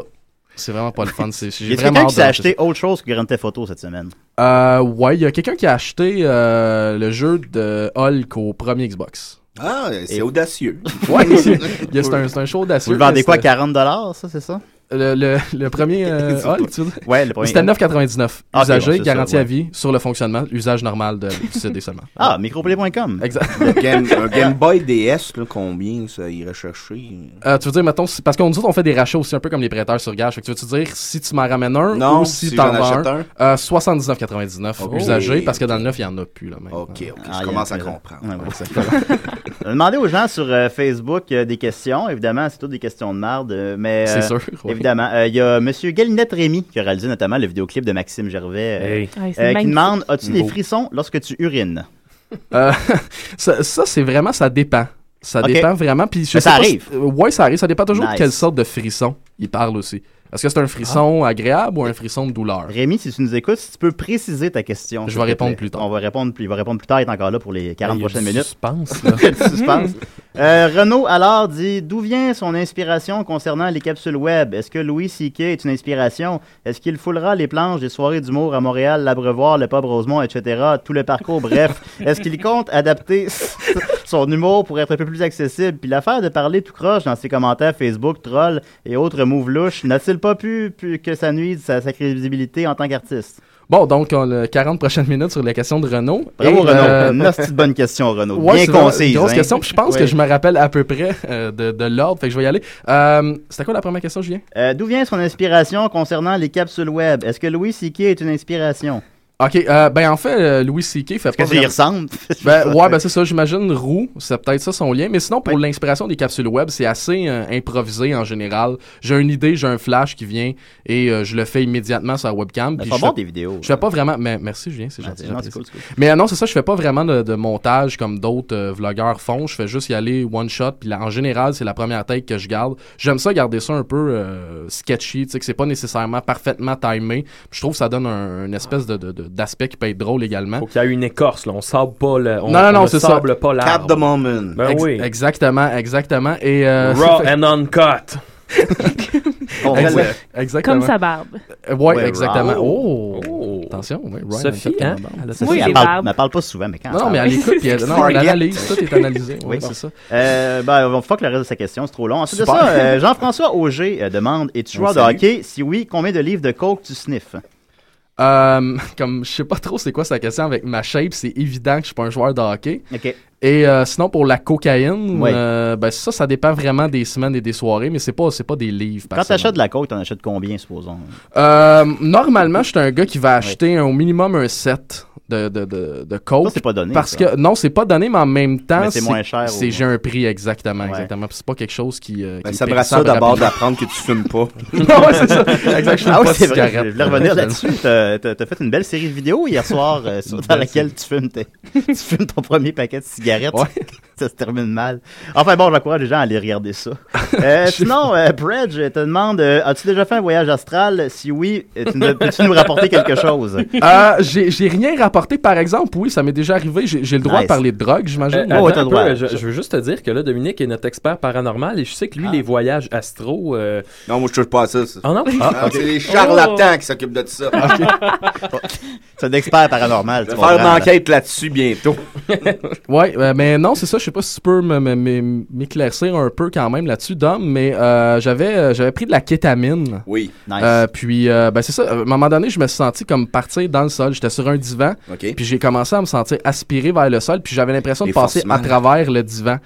S10: C'est vraiment pas le fun. c'est-
S4: Il
S10: j'ai
S4: y a quelqu'un qui
S10: vraiment hâte
S4: s'est
S10: de
S4: acheté autre chose que Grand Theft Auto cette semaine.
S10: euh, ouais, il y a quelqu'un qui a acheté euh, le jeu de Hulk au premier Xbox.
S6: Ah, c'est audacieux.
S10: Ouais, c'est il y a- c'est un, c'est un show audacieux.
S4: Vous le vendez
S10: mais
S4: quoi,
S10: c'était-
S4: 40 ça, c'est ça?
S10: Le, le- le premier euh,
S4: Surtout.
S10: Hulk, tu veux dire?
S4: Ouais, le premier.
S10: C'était 9,99.
S4: Ah, ok,
S10: usagé,
S4: bon, c'est ça,
S10: garantie à
S4: ouais.
S10: vie sur le fonctionnement, usage normal de, du CD seulement.
S4: Ah, microplay.com.
S10: Exact.
S6: Le Game, un Game Boy DS, là, combien ça irait chercher?
S10: Euh, tu veux dire, mettons, si- parce qu'on nous autres, on fait des rachats aussi un peu comme les prêteurs sur gage. Fait que tu veux-tu dire si tu m'en ramènes un
S6: Non,
S10: ou si,
S6: si
S10: t'en
S6: j'en
S10: vends
S6: achète
S10: un? Euh, 79,99
S4: Oh.
S6: Ok.
S10: usagé parce que dans le 9, il n'y en a plus. Là, Euh, maintenant.
S6: Ok, ok,
S4: Ah,
S6: je
S4: il y a
S6: commence
S4: un
S6: à
S4: plaisir.
S6: comprendre.
S4: Ouais, bon. On a demandé aux gens sur euh, Facebook euh, des questions. Évidemment, c'est toutes des questions de marde, euh, mais.
S10: C'est
S4: euh,
S10: sûr, oui.
S4: Évidemment. Euh, Il y a M. Galinette Rémy qui a réalisé notamment le vidéoclip de Maxime Gervais euh,
S10: Hey.
S4: euh,
S10: Ouais, c'est
S4: qui
S10: magnifique.
S4: demande As-tu des
S10: Beau.
S4: frissons lorsque tu urines
S10: Euh, ça, ça, c'est vraiment, ça dépend. Ça
S4: Ok.
S10: dépend vraiment. Puis je
S4: Mais
S10: sais
S4: ça
S10: pas si-
S4: arrive.
S10: euh, ouais, ça arrive. Ça dépend toujours
S4: Nice.
S10: de quelle sorte de frisson il parle aussi. Est-ce que c'est un frisson
S4: Ah.
S10: agréable ou un frisson de douleur?
S4: Rémi, si tu nous écoutes, si tu peux préciser ta question.
S10: Je
S4: s'il
S10: vais
S4: te
S10: répondre
S4: plaît.
S10: plus tard. Ah,
S4: On va répondre plus, il va répondre plus tard. Il est encore là pour les 40
S10: Il y a
S4: prochaines
S10: du
S4: minutes.
S10: suspense, là.
S4: Il y a du suspense. Euh, Renaud alors dit D'où vient son inspiration concernant les capsules web Est-ce que Louis C.K. est une inspiration Est-ce qu'il foulera les planches des soirées d'humour à Montréal, l'Abreuvoir, le Pub Rosemont, etc. Tout le parcours, bref. Est-ce qu'il compte adapter son humour pour être un peu plus accessible Puis l'affaire de parler tout croche dans ses commentaires Facebook, troll et autres moves louches, n'a-t-il pas pu, pu que ça nuise à sa crédibilité en tant qu'artiste
S10: Bon, donc, on a 40 prochaines minutes sur la question de Renault.
S4: Bravo, Renaud.
S10: euh,
S4: Une hostie de bonne question, Renaud.
S10: Ouais,
S4: Bien
S10: c'est vraiment
S4: concise,
S10: Une grosse
S4: hein.
S10: question, puis je pense
S4: Ouais.
S10: que je me rappelle à peu près euh, de, de l'ordre, fait que je vais y aller. Euh, C'était quoi la première question, Julien?
S4: Euh, D'où vient son inspiration concernant les capsules web? Est-ce que Louis C.K. est une inspiration?
S10: Ok, euh, ben en fait, euh, Louis C.K. fait pas.
S4: que ça y
S10: vraiment-
S4: ressemble?
S10: ben, ouais, ben c'est ça, j'imagine roux, c'est peut-être ça son lien. Mais sinon, pour l'inspiration des capsules web, c'est assez euh, improvisé en général. J'ai une idée, j'ai un flash qui vient et euh, je le fais immédiatement sur la webcam. puis
S4: faut
S10: je
S4: avoir
S10: fais-
S4: des vidéos.
S10: Je fais pas vraiment. Mais merci, Julien, c'est
S4: Ben,
S10: gentil.
S4: c'est- non,
S10: j'apprécie.
S4: c'est cool, c'est cool.
S10: Mais euh, non, c'est ça, je fais pas vraiment de, de montage comme d'autres euh, vlogueurs font. Je fais juste y aller one shot. Puis là, en général, c'est la première take que je garde. J'aime ça garder ça un peu euh, sketchy, tu sais, que c'est pas nécessairement parfaitement timé. Puis je trouve que ça donne un, une espèce de- de- de- d'aspect qui peut être drôle également. Faut
S7: qu'il y ait une écorce, là. On sable pas le. on-
S10: non, non,
S7: on
S10: non,
S7: ne
S10: c'est ça.
S7: sable pas l'arbre. Cap the moment. Ben
S10: Ex-
S7: oui.
S10: Exactement, exactement. Et, euh,
S7: Raw
S10: c'est-
S7: and uncut.
S10: On
S7: Exact-
S10: relève. Exactement.
S8: Comme sa barbe.
S10: Euh, Ouais,
S4: Ouais,
S10: exactement.
S4: raw.
S10: Oh. Attention, ouais, Ryan,
S7: Sophie,
S10: elle fait
S7: hein?
S10: comme la
S4: Elle
S10: barbe.
S4: a- elle parle, elle parle pas souvent, mais quand
S10: Non,
S4: elle
S10: mais
S4: parle-
S10: elle écoute, puis elle- non, elle
S4: Forget.
S10: analyse, tout est analysé. Ouais, c'est ça.
S4: Euh, ben, on fuck le reste de sa question, c'est trop long. Ensuite
S10: Super.
S4: de ça, euh, Jean-François Auger euh, demande Es-tu
S10: On
S4: joueur de
S10: salue.
S4: hockey Si oui, combien de livres de coke tu sniffes
S10: Euh, comme je sais pas trop c'est quoi sa question avec ma shape, c'est évident que je suis pas un joueur de hockey.
S4: Ok.
S10: Et euh, sinon pour la cocaïne,
S4: Ouais.
S10: euh, ben ça ça dépend vraiment des semaines et des soirées, mais c'est pas c'est pas des livres.
S4: Quand
S10: par
S4: tu
S10: semaine.
S4: achètes de la coke, t'en achètes combien, supposons
S10: Euh, normalement, je suis un gars qui va acheter un- au minimum un set de, de, de, de coke.
S4: c'est pas donné, ça.
S10: Parce que, non, c'est pas donné, mais en même temps,
S4: Mais c'est moins cher
S10: C'est
S4: ou-
S10: j'ai un prix, exactement. exactement. Puis C'est pas quelque chose qui. euh,
S6: Ben,
S10: qui
S6: ça
S10: est
S6: me rassure
S10: périssable
S6: d'abord
S10: rapidement.
S6: d'apprendre que tu fumes pas.
S10: Non, ouais, c'est ça. Exact, je fume
S4: ah oui,
S10: pas de
S4: c'est vrai.
S10: cigarette.
S4: Je voulais revenir là-dessus. T'as t'as- t'as fait une belle série de vidéos hier soir euh, sur- dans
S10: belle
S4: laquelle tu fumes, tes- tu fumes ton premier paquet de cigarettes. ça se termine mal. Enfin bon, j'encourage les gens à aller regarder ça. Euh, sinon, euh, Brad, je te demande euh, as-tu déjà fait un voyage astral Si oui, euh, tu nous- peux-tu nous rapporter quelque chose
S10: Euh, j'ai j'ai rien rapporté, par exemple. Oui, ça m'est déjà arrivé. J'ai j'ai le droit
S7: Nice.
S10: de parler de drogue, j'imagine.
S4: Oh,
S7: Euh, attends un peu, je, je veux juste te dire que là, Dominique est notre expert paranormal et je sais que lui, les voyages astro.
S6: Non, moi, je touche pas à ça. ça.
S7: Ah non?
S6: Ah,
S7: Ah, ok.
S6: C'est les charlatans qui s'occupent de ça.
S4: C'est un expert paranormal.
S6: Je vais
S4: tu
S6: faire une
S4: comprends, là.
S6: enquête là-dessus bientôt.
S10: Ouais, euh, mais non, c'est ça. Je sais pas si tu peux me- me- me- m'éclaircir un peu quand même là-dessus, Dom. Mais euh, j'avais euh, j'avais pris de la kétamine.
S6: Oui. Nice.
S10: Euh, puis, euh, ben, c'est ça. À un moment donné, je me suis senti comme partir dans le sol. J'étais sur un divan.
S6: OK.
S10: Puis j'ai commencé à me sentir aspiré vers le sol. Puis j'avais l'impression de
S6: Les
S10: passer
S6: forcements. Mm-hmm.
S10: à travers le divan.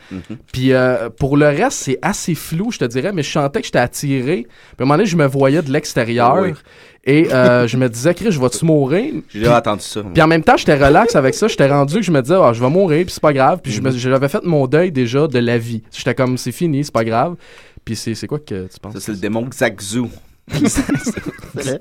S10: Puis euh, pour le reste, c'est assez flou, je te dirais. Mais je sentais que j'étais attiré. Puis à un moment donné, je me voyais de l'extérieur.
S6: Ah Oui.
S10: Et euh, je me disais, Chris, je vais-tu mourir?
S6: J'ai déjà entendu ça.
S10: Puis en même temps, j'étais relax avec ça. J'étais rendu que je me disais, Ah, je vais mourir, puis c'est pas grave. Puis je
S6: Mm-hmm.
S10: me- j'avais fait mon deuil déjà de la vie. J'étais comme, c'est fini, c'est pas grave. Puis c'est c'est quoi que tu penses?
S6: Ça, c'est le démon Xaxu.
S10: Xaxu.
S4: C'est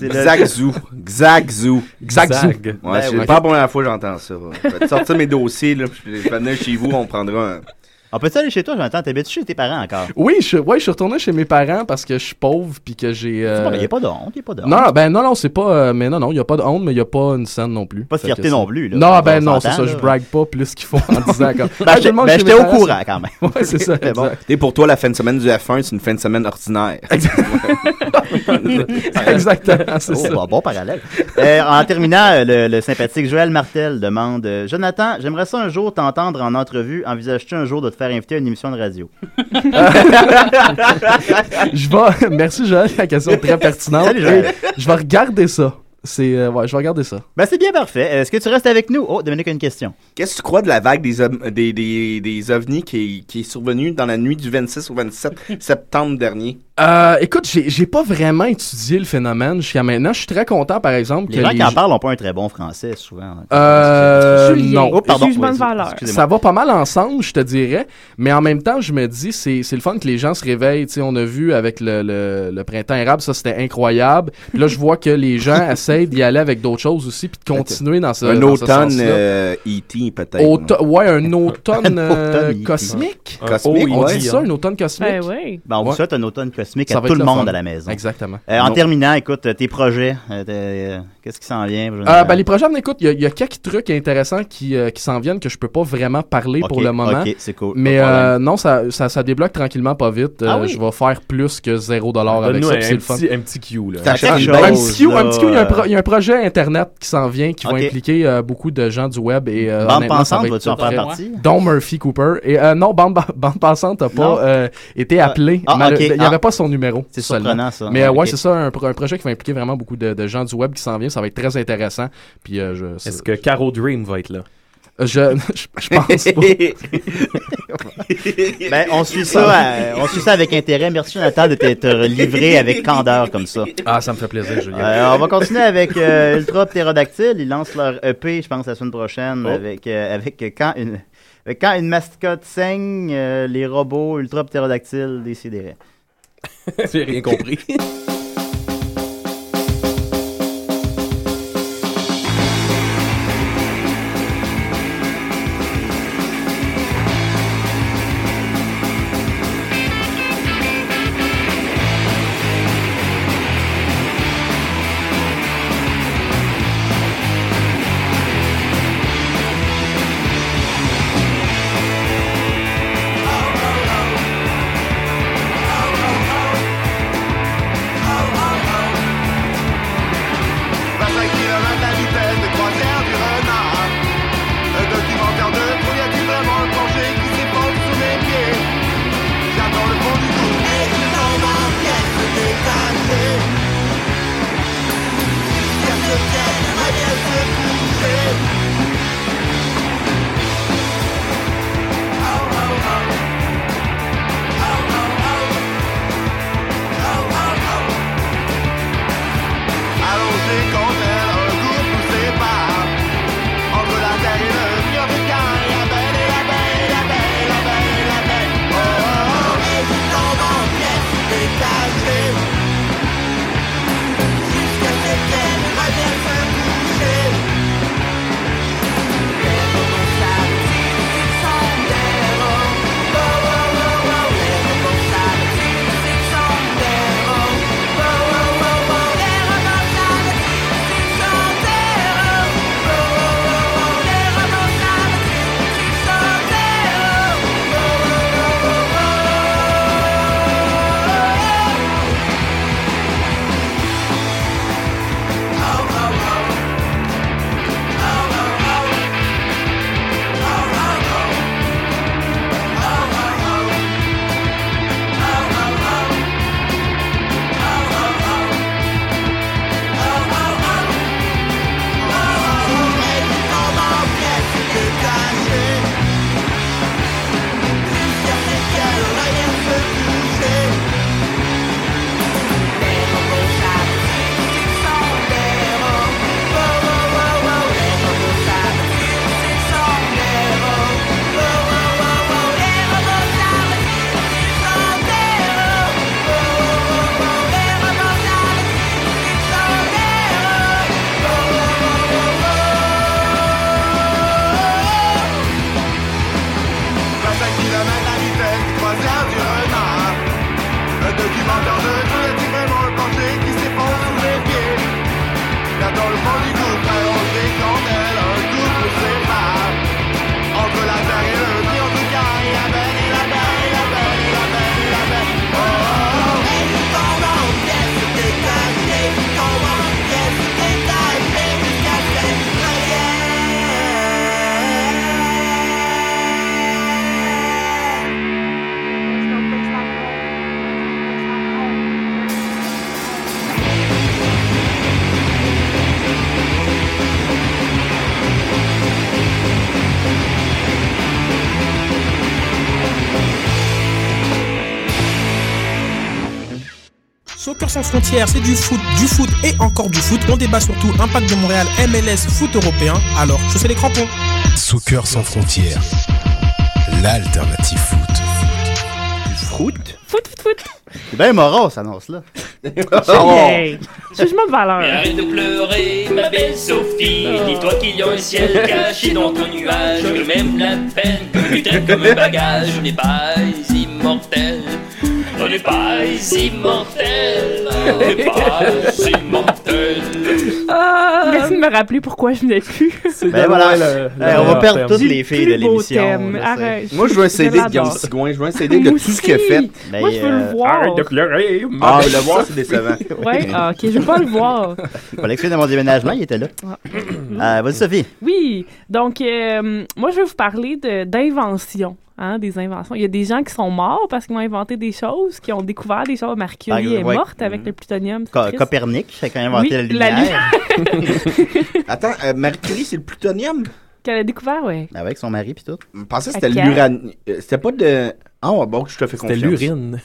S4: le-
S6: Xaxu. Xaxu.
S10: Xaxu.
S6: Ouais, c'est
S4: Ben oui.
S6: pas la première fois que j'entends ça. Je vais te sortir mes dossiers, là. puis Je vais venir chez vous, on prendra un.
S4: On peut-tu aller chez toi, j'entends T'habites chez tes parents encore
S10: Oui, je, ouais, je suis retourné chez mes parents parce que je suis pauvre puis que j'ai. euh,
S4: Il n'y a pas de honte, il n'y a pas de honte.
S10: Non, ben non, non, c'est pas. euh, mais non, non, il n'y a pas de honte, mais il n'y a pas une scène non plus.
S4: Pas de
S10: Fait
S4: fierté
S10: que ça-
S4: non plus, là.
S10: non,
S4: On
S10: ben non,
S4: s'entend,
S10: c'est ça,
S4: là.
S10: je brague pas plus qu'il faut en disant comme.
S4: Ben,
S10: Hey, tout le monde
S4: ben,
S10: chez
S4: j'étais
S10: mes
S4: au
S10: parents,
S4: courant
S10: c'est-
S4: quand même.
S10: Ouais, c'est ça.
S4: Mais bon.
S10: exact.
S6: Et pour toi, la fin de semaine du F1, c'est une fin de semaine ordinaire.
S10: Exactement, c'est
S4: Oh,
S10: ça.
S4: bah, bon parallèle. Euh, en terminant, euh, le, le sympathique Joël Martel demande euh, Jonathan, j'aimerais ça un jour t'entendre en entrevue. Envisages-tu un jour de te faire inviter à une émission de radio
S10: je vais. Merci, Joël, la question est très pertinente.
S4: Salut, Joël.
S10: Je vais regarder ça. C'est. euh, ouais, je vais regarder ça.
S4: Ben, c'est bien parfait. Est-ce que tu restes avec nous Oh, Dominique a une question.
S6: Qu'est-ce que tu crois de la vague des, ov- des, des, des ovnis qui, est- qui est survenue dans la nuit du 26 au 27 septembre dernier?
S10: Euh, écoute, j'ai j'ai pas vraiment étudié le phénomène jusqu'à maintenant. Je suis très content, par exemple,
S4: Les
S10: que
S4: gens qui en
S10: gens-
S4: parlent n'ont pas un très bon français, souvent. hein.
S10: Euh,
S4: Julien,
S10: non.
S4: Oh, pardon. jugement de
S10: Oui,
S4: valeur.
S10: excusez-moi. Ça va pas mal ensemble, je te dirais. Mais en même temps, je me dis, c'est c'est le fun que les gens se réveillent. Tu sais, on a vu avec le, le- le printemps arabe, ça c'était incroyable. Puis là, je vois que les gens essayent d'y aller avec d'autres choses aussi, puis de continuer dans ce
S6: un
S10: dans ce
S6: automne
S10: sens-là.
S6: euh, E.T. peut-être.
S10: Auto- ouais, un
S6: Un
S10: automne, euh,
S6: automne, il-
S10: cosmique.
S6: Un Cosmique,
S10: on
S6: ouais.
S10: dit ça, un automne cosmique.
S8: Ben oui.
S4: Ben, on vous
S10: Ouais.
S4: souhaite un automne cosmique
S10: Ça
S4: à
S10: va
S4: tout
S10: être
S4: le
S10: le
S4: monde
S10: fun.
S4: à la maison.
S10: Exactement.
S4: Euh, en
S10: Non.
S4: terminant, écoute, euh, tes projets, euh, t'es, euh, qu'est-ce qui s'en vient
S10: Euh,
S4: Jonathan?
S10: ben, les projets, à venir, écoute, il y, a- il y a quelques trucs intéressants qui, euh, qui s'en viennent que je peux pas vraiment parler pour
S4: Ok,
S10: le moment.
S4: ok, c'est cool, pas
S10: Mais
S4: de problème.
S10: euh, non, ça, ça, ça débloque tranquillement pas vite.
S4: Ah
S10: Euh,
S4: oui?
S10: Je vais faire plus que 0$ avec
S7: Donne-nous
S10: ça.
S7: un-
S10: puis c'est
S7: un
S10: le fun.
S7: petit- un petit cue, là.
S4: Ah,
S10: T'achètes
S7: Quelque
S10: une- un
S7: chose,
S10: petit cue,
S7: là.
S10: un petit cue, il y a un pro- il y, a un projet Internet qui s'en vient qui
S4: Ok.
S10: va impliquer euh, beaucoup de gens du web. et euh,
S4: Bande
S10: honnêtement, ça
S4: pensante,
S10: va être
S4: vas-tu en
S10: très-
S4: faire partie?
S10: Dont Murphy Cooper. Et euh, non, Bande, bande Passante n'a
S4: Non.
S10: pas euh, été appelé.
S4: Ah,
S10: Mal-
S4: ok.
S10: Il n'y avait
S4: Ah.
S10: pas son numéro.
S4: C'est
S10: seulement.
S4: surprenant, ça. Ah,
S10: Mais euh, ouais,
S4: Ok.
S10: c'est ça, un, pro- un projet qui va impliquer vraiment beaucoup de, de gens du web qui s'en viennent. Ça va être très intéressant. Puis, euh, je,
S7: Est-ce que Caro Dream va être là?
S10: Je, je, je pense pas.
S4: Ben, on suit ça, à- on suit ça avec intérêt. Merci Nathan de t'être livré avec candeur comme ça.
S10: Ah, ça me fait plaisir, Julien.
S4: Euh, on va continuer avec euh, Ultra Pterodactyle. Ils lancent leur EP, je pense, la semaine prochaine
S10: Oh.
S4: avec, euh, avec euh, quand une avec quand une mascotte saigne, euh, les robots Ultra Pterodactyle décideraient.
S10: J'ai rien compris.
S11: la vitesse de croisière du renard. Un documentaire de trop y a-t-il vraiment le plongé qui s'épanche sous mes pieds J'attends le fond du trou. Et je sens ma pièce détacher. Pièce de pièce, ma pièce de coucher. Oh, oh, oh. Oh, oh, oh. Oh, oh, oh. Allongé contre elle, un jour poussé par Entre la terre et le mur du carré, la belle et la belle, la belle, la belle, la belle Oh, oh, oh Et tu tombes en pièces détachées Jusqu'à ce qu'elle revienne se coucher Lève sa petite petite sandère Oh, oh, oh, oh, oh Lève sa petite petite sandère Oh, oh, oh, oh, oh kilomètres à vitesse du croisière du renard. Un documentaire de tout le type vraiment penché qui s'effondre sous les pieds. Là dans le fond du groupe, allongé quand elle, un coup nous sépare. Entre la terre et le mur du carré, la belle et la belle, la belle, la belle, la belle. Oh, oh, oh.
S12: Soccer sans frontières, c'est du foot, du foot et encore du foot. On débat surtout impact de Montréal, MLS, foot européen. Alors, chaussez les crampons.
S13: Soccer sans frontières. L'alternative foot.
S4: Foot?
S8: Foot, foot, foot.
S4: C'est bien moral, cette annonce-là. Oh!
S8: Hey, Jugement
S14: Mais
S8: de valeur.
S14: arrête de pleurer, ma belle Sophie. Dis-toi qu'il y a un ciel caché dans ton nuage. Que même la peine que tu traites comme un bagage. On n'est pas immortel. On n'est pas immortel. On n'est pas immortel.
S8: Merci de Ah! me rappeler pourquoi je n'ai plus.
S4: Ben voilà, euh, on va perdre toutes les filles de
S8: Plus beau
S4: l'émission.
S8: thème.
S4: là, c'est-
S8: Arrête.
S6: Moi, je veux un CD de
S8: l'adore.
S6: Guillaume Sigouin. Je veux un CD de
S8: Moi
S6: tout ce qu'il a
S8: aussi.
S6: fait.
S4: ben,
S8: Moi, je veux
S4: euh,
S8: le voir. Arrête de
S6: pleurer. Ah, le voir, c'est décevant.
S8: Ouais, ah, ok, je vais pas le voir.
S4: Pour l'excuse de mon déménagement, il était là. Euh, Vas-y, Sophie.
S8: Oui, donc euh, moi je vais vous parler de- d'inventions, hein, des inventions. Il y a des gens qui sont morts parce qu'ils ont inventé des choses, qui ont découvert des choses. Marie
S4: Par
S8: Curie est
S4: exemple, ouais.
S8: morte avec le plutonium. c'est
S4: Co-
S8: triste.
S4: Copernic, c'est quand même inventé
S8: Oui,
S4: la
S8: la
S4: lumière.
S6: Attends, euh, Marie Curie, c'est le plutonium?
S8: Qu'elle a découvert, oui.
S4: Avec son mari puis tout.
S6: Je pensais que
S8: À
S6: c'était
S8: quatre.
S6: l'uranie. euh, C'était pas de. Ah, ouais, bon, je te fais
S7: C'était
S6: confiance.
S7: l'urine.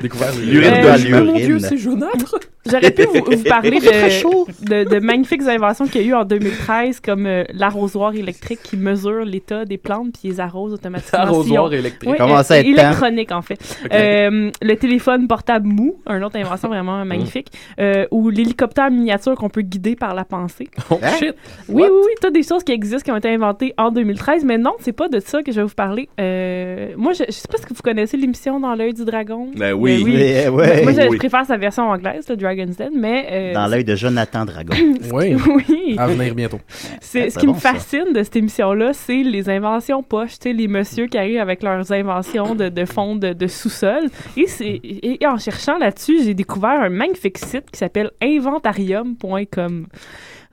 S6: Découvert
S7: l'urine.
S6: l'urine
S7: Euh,
S6: de
S7: je-
S6: l'urine.
S7: mon Dieu, c'est jaunâtre.
S8: J'aurais pu vous, vous parler
S7: Il fait
S8: de, de, de magnifiques inventions qu'il y a eu en 2013, comme euh, l'arrosoir électrique qui mesure l'état des plantes puis les arrose
S9: Ah,
S8: automatiquement.
S7: L'arrosoir
S8: si on-
S7: électrique.
S8: Oui,
S7: Comment
S8: euh,
S7: ça,
S8: c'est
S7: être
S8: Électronique,
S7: temps?
S8: en fait.
S7: Ok.
S8: Euh, le téléphone portable mou, une autre invention vraiment
S7: Mm.
S8: magnifique, euh, ou l'hélicoptère miniature qu'on peut guider par la pensée.
S7: Oh,
S4: Hein?
S7: shit!
S9: Hein?
S8: Oui, oui, oui, toutes des choses qui existent, qui ont été inventées en 2013, mais non, c'est pas de ça que je vais vous parler. Euh, moi, je, je sais pas si vous connaissez l'émission Dans l'œil du dragon.
S4: Ben oui. Ben ouais.
S8: Ben, Moi, je, je
S4: Oui.
S8: préfère sa version anglaise, le Dragon's Den, mais... euh,
S4: Dans Ah, l'œil de Jonathan Dragon.
S8: Oui. Oui. À venir
S10: bientôt.
S8: c'est- ce qui me fascine de cette émission-là, c'est les inventions poches, tu sais, les messieurs qui arrivent avec leurs inventions de, de fond de, de sous-sol. Et, c'est- et en cherchant là-dessus, j'ai découvert un magnifique site qui s'appelle inventarium.com.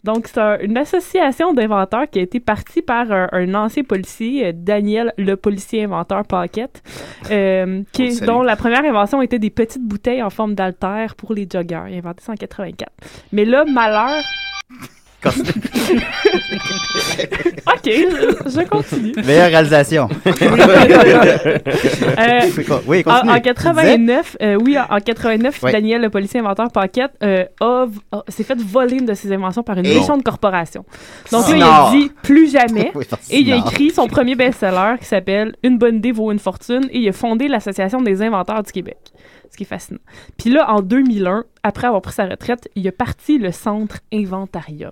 S8: Donc, c'est un- une association d'inventeurs qui a été partie par un, un ancien policier, euh, Daniel le policier inventeur Paquette, euh, qui
S15: On le
S8: est-
S15: salue.
S8: dont la première invention était des petites bouteilles en forme d'altère pour les joggeurs. Il a inventé ça en 84. Mais là, malheur... OK, je, je continue.
S4: Meilleure réalisation.
S8: Euh,
S4: oui,
S8: en,
S4: continue.
S8: en
S4: Tu
S8: 89, euh, oui, en, en 89,
S4: Ouais.
S8: Daniel, le policier inventeur Paquette, euh, a v- a- s'est fait voler une de ses inventions par une
S4: Et-
S8: méchante corporation. Donc là, il
S4: Snore.
S8: a dit plus jamais.
S4: Oui, par
S8: et il a
S4: snore.
S8: écrit son premier best-seller qui s'appelle Une bonne idée vaut une fortune et il a fondé l'Association des inventeurs du Québec. Ce qui est fascinant. Puis là, en 2001, après avoir pris sa retraite, il a parti le centre Inventarium.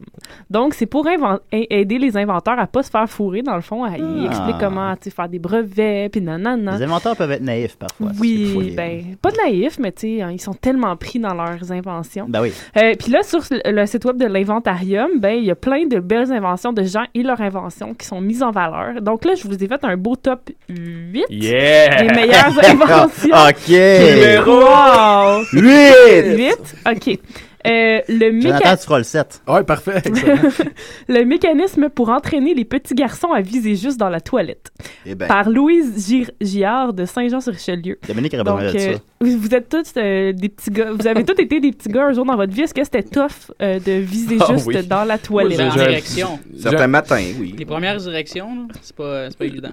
S8: Donc, c'est pour inven- a- aider les inventeurs à pas se faire fourrer, dans le fond. à- Il
S4: Ah.
S8: explique comment tu sais, faire des brevets, puis nanana.
S4: dis. Les inventeurs peuvent être naïfs parfois. c'est ça qu'il faut
S8: hein. Oui,
S4: les-
S8: ben, pas de naïf, mais tu sais, hein, ils sont tellement pris dans leurs inventions.
S4: Ben oui.
S8: Euh, Puis là, sur le le site web de l'inventarium, ben, il y a plein de belles inventions de gens et leurs inventions qui sont mises en valeur. Donc là, je vous ai fait un beau top 8
S11: Yeah! Ah,
S8: des meilleures inventions.
S4: Ah,
S11: OK. Numéro
S8: Wow.
S11: huit.
S8: 8, OK. Euh, le
S4: Jonathan, hein?
S8: méca-
S4: tu feras le 7.
S10: Oui, parfait.
S8: le mécanisme pour entraîner les petits garçons à viser juste dans la toilette.
S4: Eh ben.
S8: Par Louise Gir- Giard de Saint-Jean-sur-Richelieu.
S4: Dominique
S7: Ah
S4: aurait
S7: ben
S8: Donc,
S4: besoin de ça.
S8: euh, vous, vous êtes tous euh, des petits gars. Vous avez tous été des petits gars un jour dans votre vie. Est-ce que c'était tough euh, de viser
S6: Ah
S8: juste
S6: oui.
S8: dans la toilette?
S9: en direction.
S6: Certains matins, oui.
S9: Les premières directions, là, c'est pas, euh, c'est pas évident.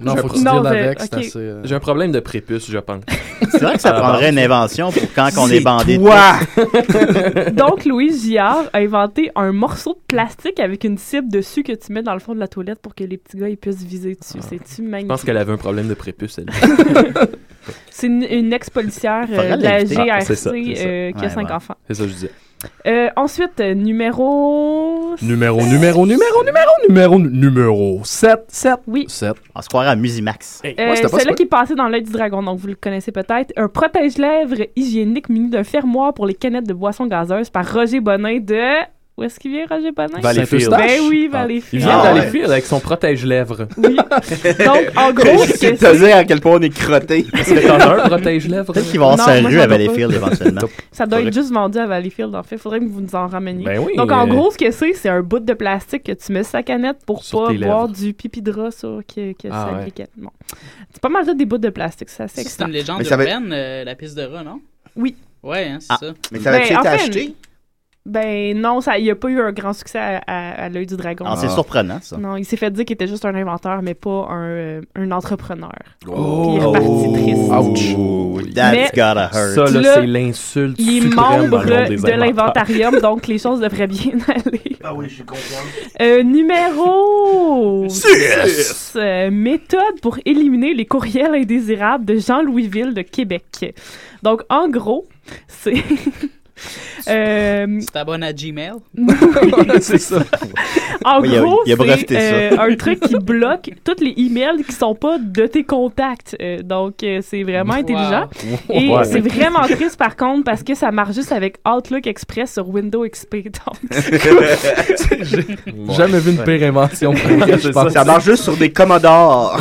S10: euh,
S7: J'ai un problème de prépuce, je pense.
S4: C'est vrai que ça prendrait une invention pour quand on est,
S7: C'est
S4: bandé. de
S7: toi!
S8: Donc, Louise Giard a inventé un morceau de plastique avec une cible dessus que tu mets dans le fond de la toilette pour que les petits gars ils puissent viser dessus.
S7: Je
S8: C'est-tu magnifique?
S7: pense qu'elle avait un problème de prépuce, elle.
S8: C'est une, une ex-policière euh,
S7: Faudrait
S8: de la
S7: l'inviter.
S8: GRC
S7: Ah, c'est ça, c'est ça.
S8: euh, qui a
S7: Ouais,
S8: cinq
S7: ouais.
S8: enfants.
S7: C'est ça que je disais.
S8: Euh, ensuite, euh, numéro...
S10: Numéro, numéro, numéro, numéro, numéro, numéro 7. 7.
S8: Oui.
S10: 7.
S4: On se croirait à Musimax.
S8: Euh, celui-là qui est passé dans l'œil du dragon, donc vous le connaissez peut-être. Un protège-lèvres hygiénique muni d'un fermoir pour les canettes de boissons gazeuses par Roger Bonin de... Où est-ce qu'il vient, Roger Bonin?
S7: Valleyfield.
S8: Ben oui,
S7: Il
S8: Valleyfield.
S7: vient
S4: Ah,
S7: Valleyfield Ah. avec son protège-lèvres.
S8: Donc, en gros, ce
S6: c'est
S8: que
S6: de te dire à quel point on est crotté.
S7: Est-ce que t'en as un protège-lèvres? Peut-être
S6: qu'il
S8: va avoir Non, sa moi, rue j'en à ai pas. Valleyfield
S4: éventuellement.
S8: Ça doit être juste vendu à Valleyfield, en fait. Faudrait que vous nous en rameniez.
S7: Ben oui,
S8: Donc, en
S7: euh,
S8: gros, ce que c'est, c'est un bout de plastique que tu mets sur ta canette pour pas
S7: tes lèvres.
S8: boire du pipi de rat sur que, que
S7: Ah
S8: ça
S7: ouais.
S8: briquette. Bon. C'est pas mal tout des bouts de plastique, ça, c'est
S9: C'est
S8: excitant.
S9: une légende
S8: Mais ça va-
S9: urbaine, euh, la piste de rat, non?
S8: Oui.
S9: Ouais, hein, c'est
S4: Ah.
S9: ça.
S4: Mais ça avait
S8: Ben,
S4: été
S8: en fait,
S4: acheté?
S8: Ben non, ça- il n'y a pas eu un grand succès à, à- à l'œil du dragon.
S4: Ah, c'est Ah. surprenant, ça.
S8: Non, il s'est fait dire qu'il était juste un inventeur, mais pas un, euh, un entrepreneur.
S4: Oh.
S8: Puis il est reparti triste.
S4: Ouch. That's
S8: Mais-
S4: gotta hurt.
S7: Ça, là,
S8: Là,
S7: c'est l'insulte
S8: Il est
S7: suprême
S8: membre
S7: dans le monde des
S8: de
S7: inventeurs.
S8: l'inventarium, donc les choses devraient bien aller.
S11: Ah oui, je suis content.
S8: Euh, numéro
S11: Six.
S8: 6. méthode pour éliminer les courriels indésirables de Jean-Louisville de Québec. Donc, en gros, c'est... euh,
S9: Tu t'abonnes à Gmail?
S8: c'est
S9: ça.
S8: en
S9: Oui, il a-
S8: gros,
S9: il a breveté
S8: c'est euh,
S9: ça.
S8: un truc qui bloque tous les emails qui sont pas de tes contacts. Euh, donc, euh, c'est vraiment intelligent.
S7: Wow.
S8: Et
S7: Ouais.
S8: c'est vraiment triste, par contre, parce que ça marche juste avec Outlook Express sur Windows XP. Donc,
S10: J'ai Jamais vu une pire invention.
S6: Je pense que ça marche juste sur des Commodores.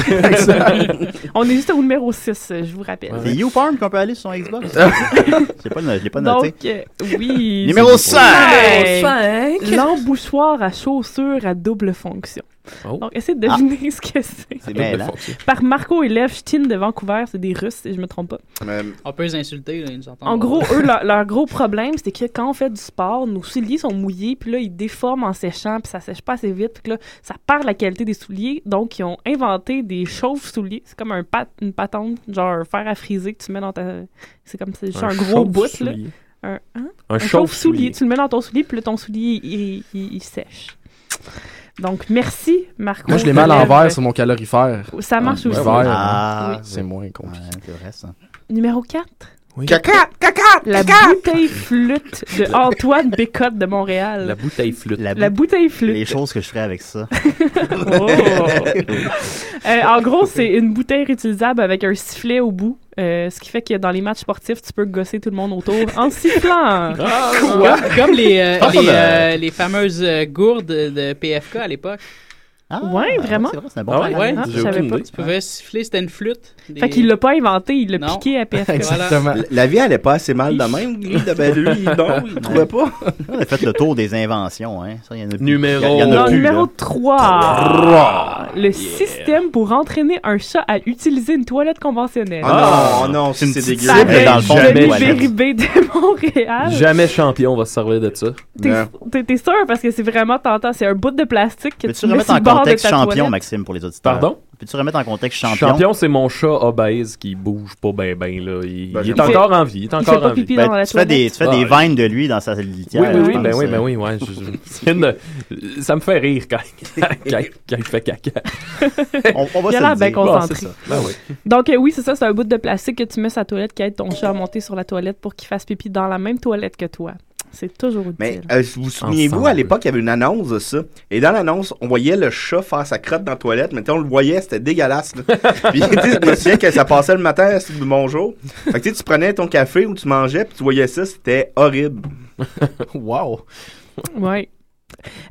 S8: on est juste au numéro 6, je vous rappelle.
S4: C'est YouPorn qu'on peut aller sur son Xbox. Je sais pas, je l'ai pas noté.
S8: Donc, euh, oui.
S4: Numéro
S8: cinq.
S4: cinq.
S8: L'embouchoir à chaussures à double fonction. Donc, essayez de deviner ce que c'est.
S9: C'est mêlant.
S8: Par Marco et Lev Chtin de Vancouver, c'est des Russes, si je me trompe pas.
S9: On peut les insulter, là, ils nous entendent.
S7: Ah.
S8: En gros, eux, leur, leur gros problème, c'est que quand on fait du sport, nos souliers sont mouillés, puis là, ils déforment en séchant, puis ça sèche pas assez vite, puis que là, ça perd la qualité des souliers. Donc, ils ont inventé des chauves-souliers. C'est comme un pat, une patente, genre un fer à friser que tu mets dans ta. C'est comme c'est juste
S7: Un
S8: un, gros bout, là.
S7: chauve-soulier.
S8: Un, hein?
S7: Un chauve-soulier.
S8: Tu le mets dans ton soulier, puis là, ton soulier, il, il- il sèche. Donc, merci, Marco.
S10: Moi, je les mets à
S8: Lève.
S10: l'envers sur mon calorifère.
S8: Ça marche
S10: En
S8: aussi.
S10: hiver,
S8: Ah.
S10: hein,
S8: Oui.
S10: c'est moins compliqué.
S4: c'est vrai, ça.
S8: Numéro 4.
S10: Oui.
S8: Caca, caca, La bouteille flûte de Antoine Bécotte de Montréal.
S4: La
S7: bouteille flûte.
S4: La,
S8: bouteille flûte.
S4: Les choses que je ferais avec ça.
S8: Euh, en gros, c'est une bouteille réutilisable avec un sifflet au bout. euh, ce qui fait que dans les matchs sportifs, tu peux gosser tout le monde autour en sifflant.
S9: Comme, comme les, euh,
S8: Ah,
S9: les,
S8: ben.
S9: euh, les fameuses euh, gourdes de PFK à l'époque.
S8: ouais, vraiment?
S4: Ah, c'est un
S8: bon Ah ouais? plan. Ah, je J'ai savais aucune pas. idée.
S9: Tu pouvais siffler, c'était une flûte. Des-
S8: Fait qu'il l'a pas inventé, il l'a
S9: Non.
S8: piqué à PFK.
S6: La- La vie allait pas assez mal de même. Lui, de- ben, lui, non, il trouvait pas.
S4: On a fait le tour des inventions. Hein. Ça, il y en a plus.
S6: Numéro-
S4: Il y en a
S8: Non,
S4: plus,
S8: numéro
S4: là.
S8: 3.
S4: Trois.
S8: Le système pour entraîner un chat à utiliser une toilette conventionnelle.
S7: Oh
S6: Ah non, non, c'est dégueu.
S8: Ça
S6: Mais dans le fond,
S8: Denis
S6: des
S8: Béribé de Montréal.
S7: Jamais champion va se servir de ça.
S8: T'es- T'es t'es sûr parce que c'est vraiment tentant. C'est un bout de plastique que
S4: Peux-tu
S8: tu mets
S4: remettre
S8: sur le
S4: en
S8: bord
S4: contexte
S8: de ta
S4: champion,
S8: toilette.
S4: Maxime, pour les auditeurs?
S7: Pardon?
S4: Peux-tu remettre en contexte champion?
S7: Champion, c'est mon chat obèse qui bouge pas ben ben là. Il, il
S4: j'aime
S7: est
S4: pas.
S7: encore en vie. Il est encore en vie. Ah,
S4: Ben, tu fais des, tu fais des vannes de lui dans sa litière.
S7: Oui, oui, oui,
S4: je pense,
S7: ben oui,
S4: euh.
S7: ben oui, ouais. je- je- c'est une- euh, ça me fait rire quand, quand, quand il fait caca.
S4: on,
S8: Il a l'air bien
S7: c'est
S6: Ah,
S8: concentré.
S7: ça. Ben oui.
S8: Donc euh, oui, c'est ça, c'est un bout de plastique que tu mets sur la toilette qui aide ton chat à monter sur la toilette pour qu'il fasse pipi dans la même toilette que toi. C'est toujours utile.
S6: Mais euh, vous vous souvenez-vous, à
S8: Ensemble.
S6: l'époque, il y avait une annonce de ça. Et dans l'annonce, on voyait le chat faire sa crotte dans la toilette. Mais tu sais, on le voyait, c'était dégueulasse. là. puis tu sais, je me souviens que ça passait le matin, c'est le bonjour. Fait que tu sais, tu prenais ton café ou tu mangeais, puis tu voyais ça, c'était horrible.
S10: wow!
S8: Ouais.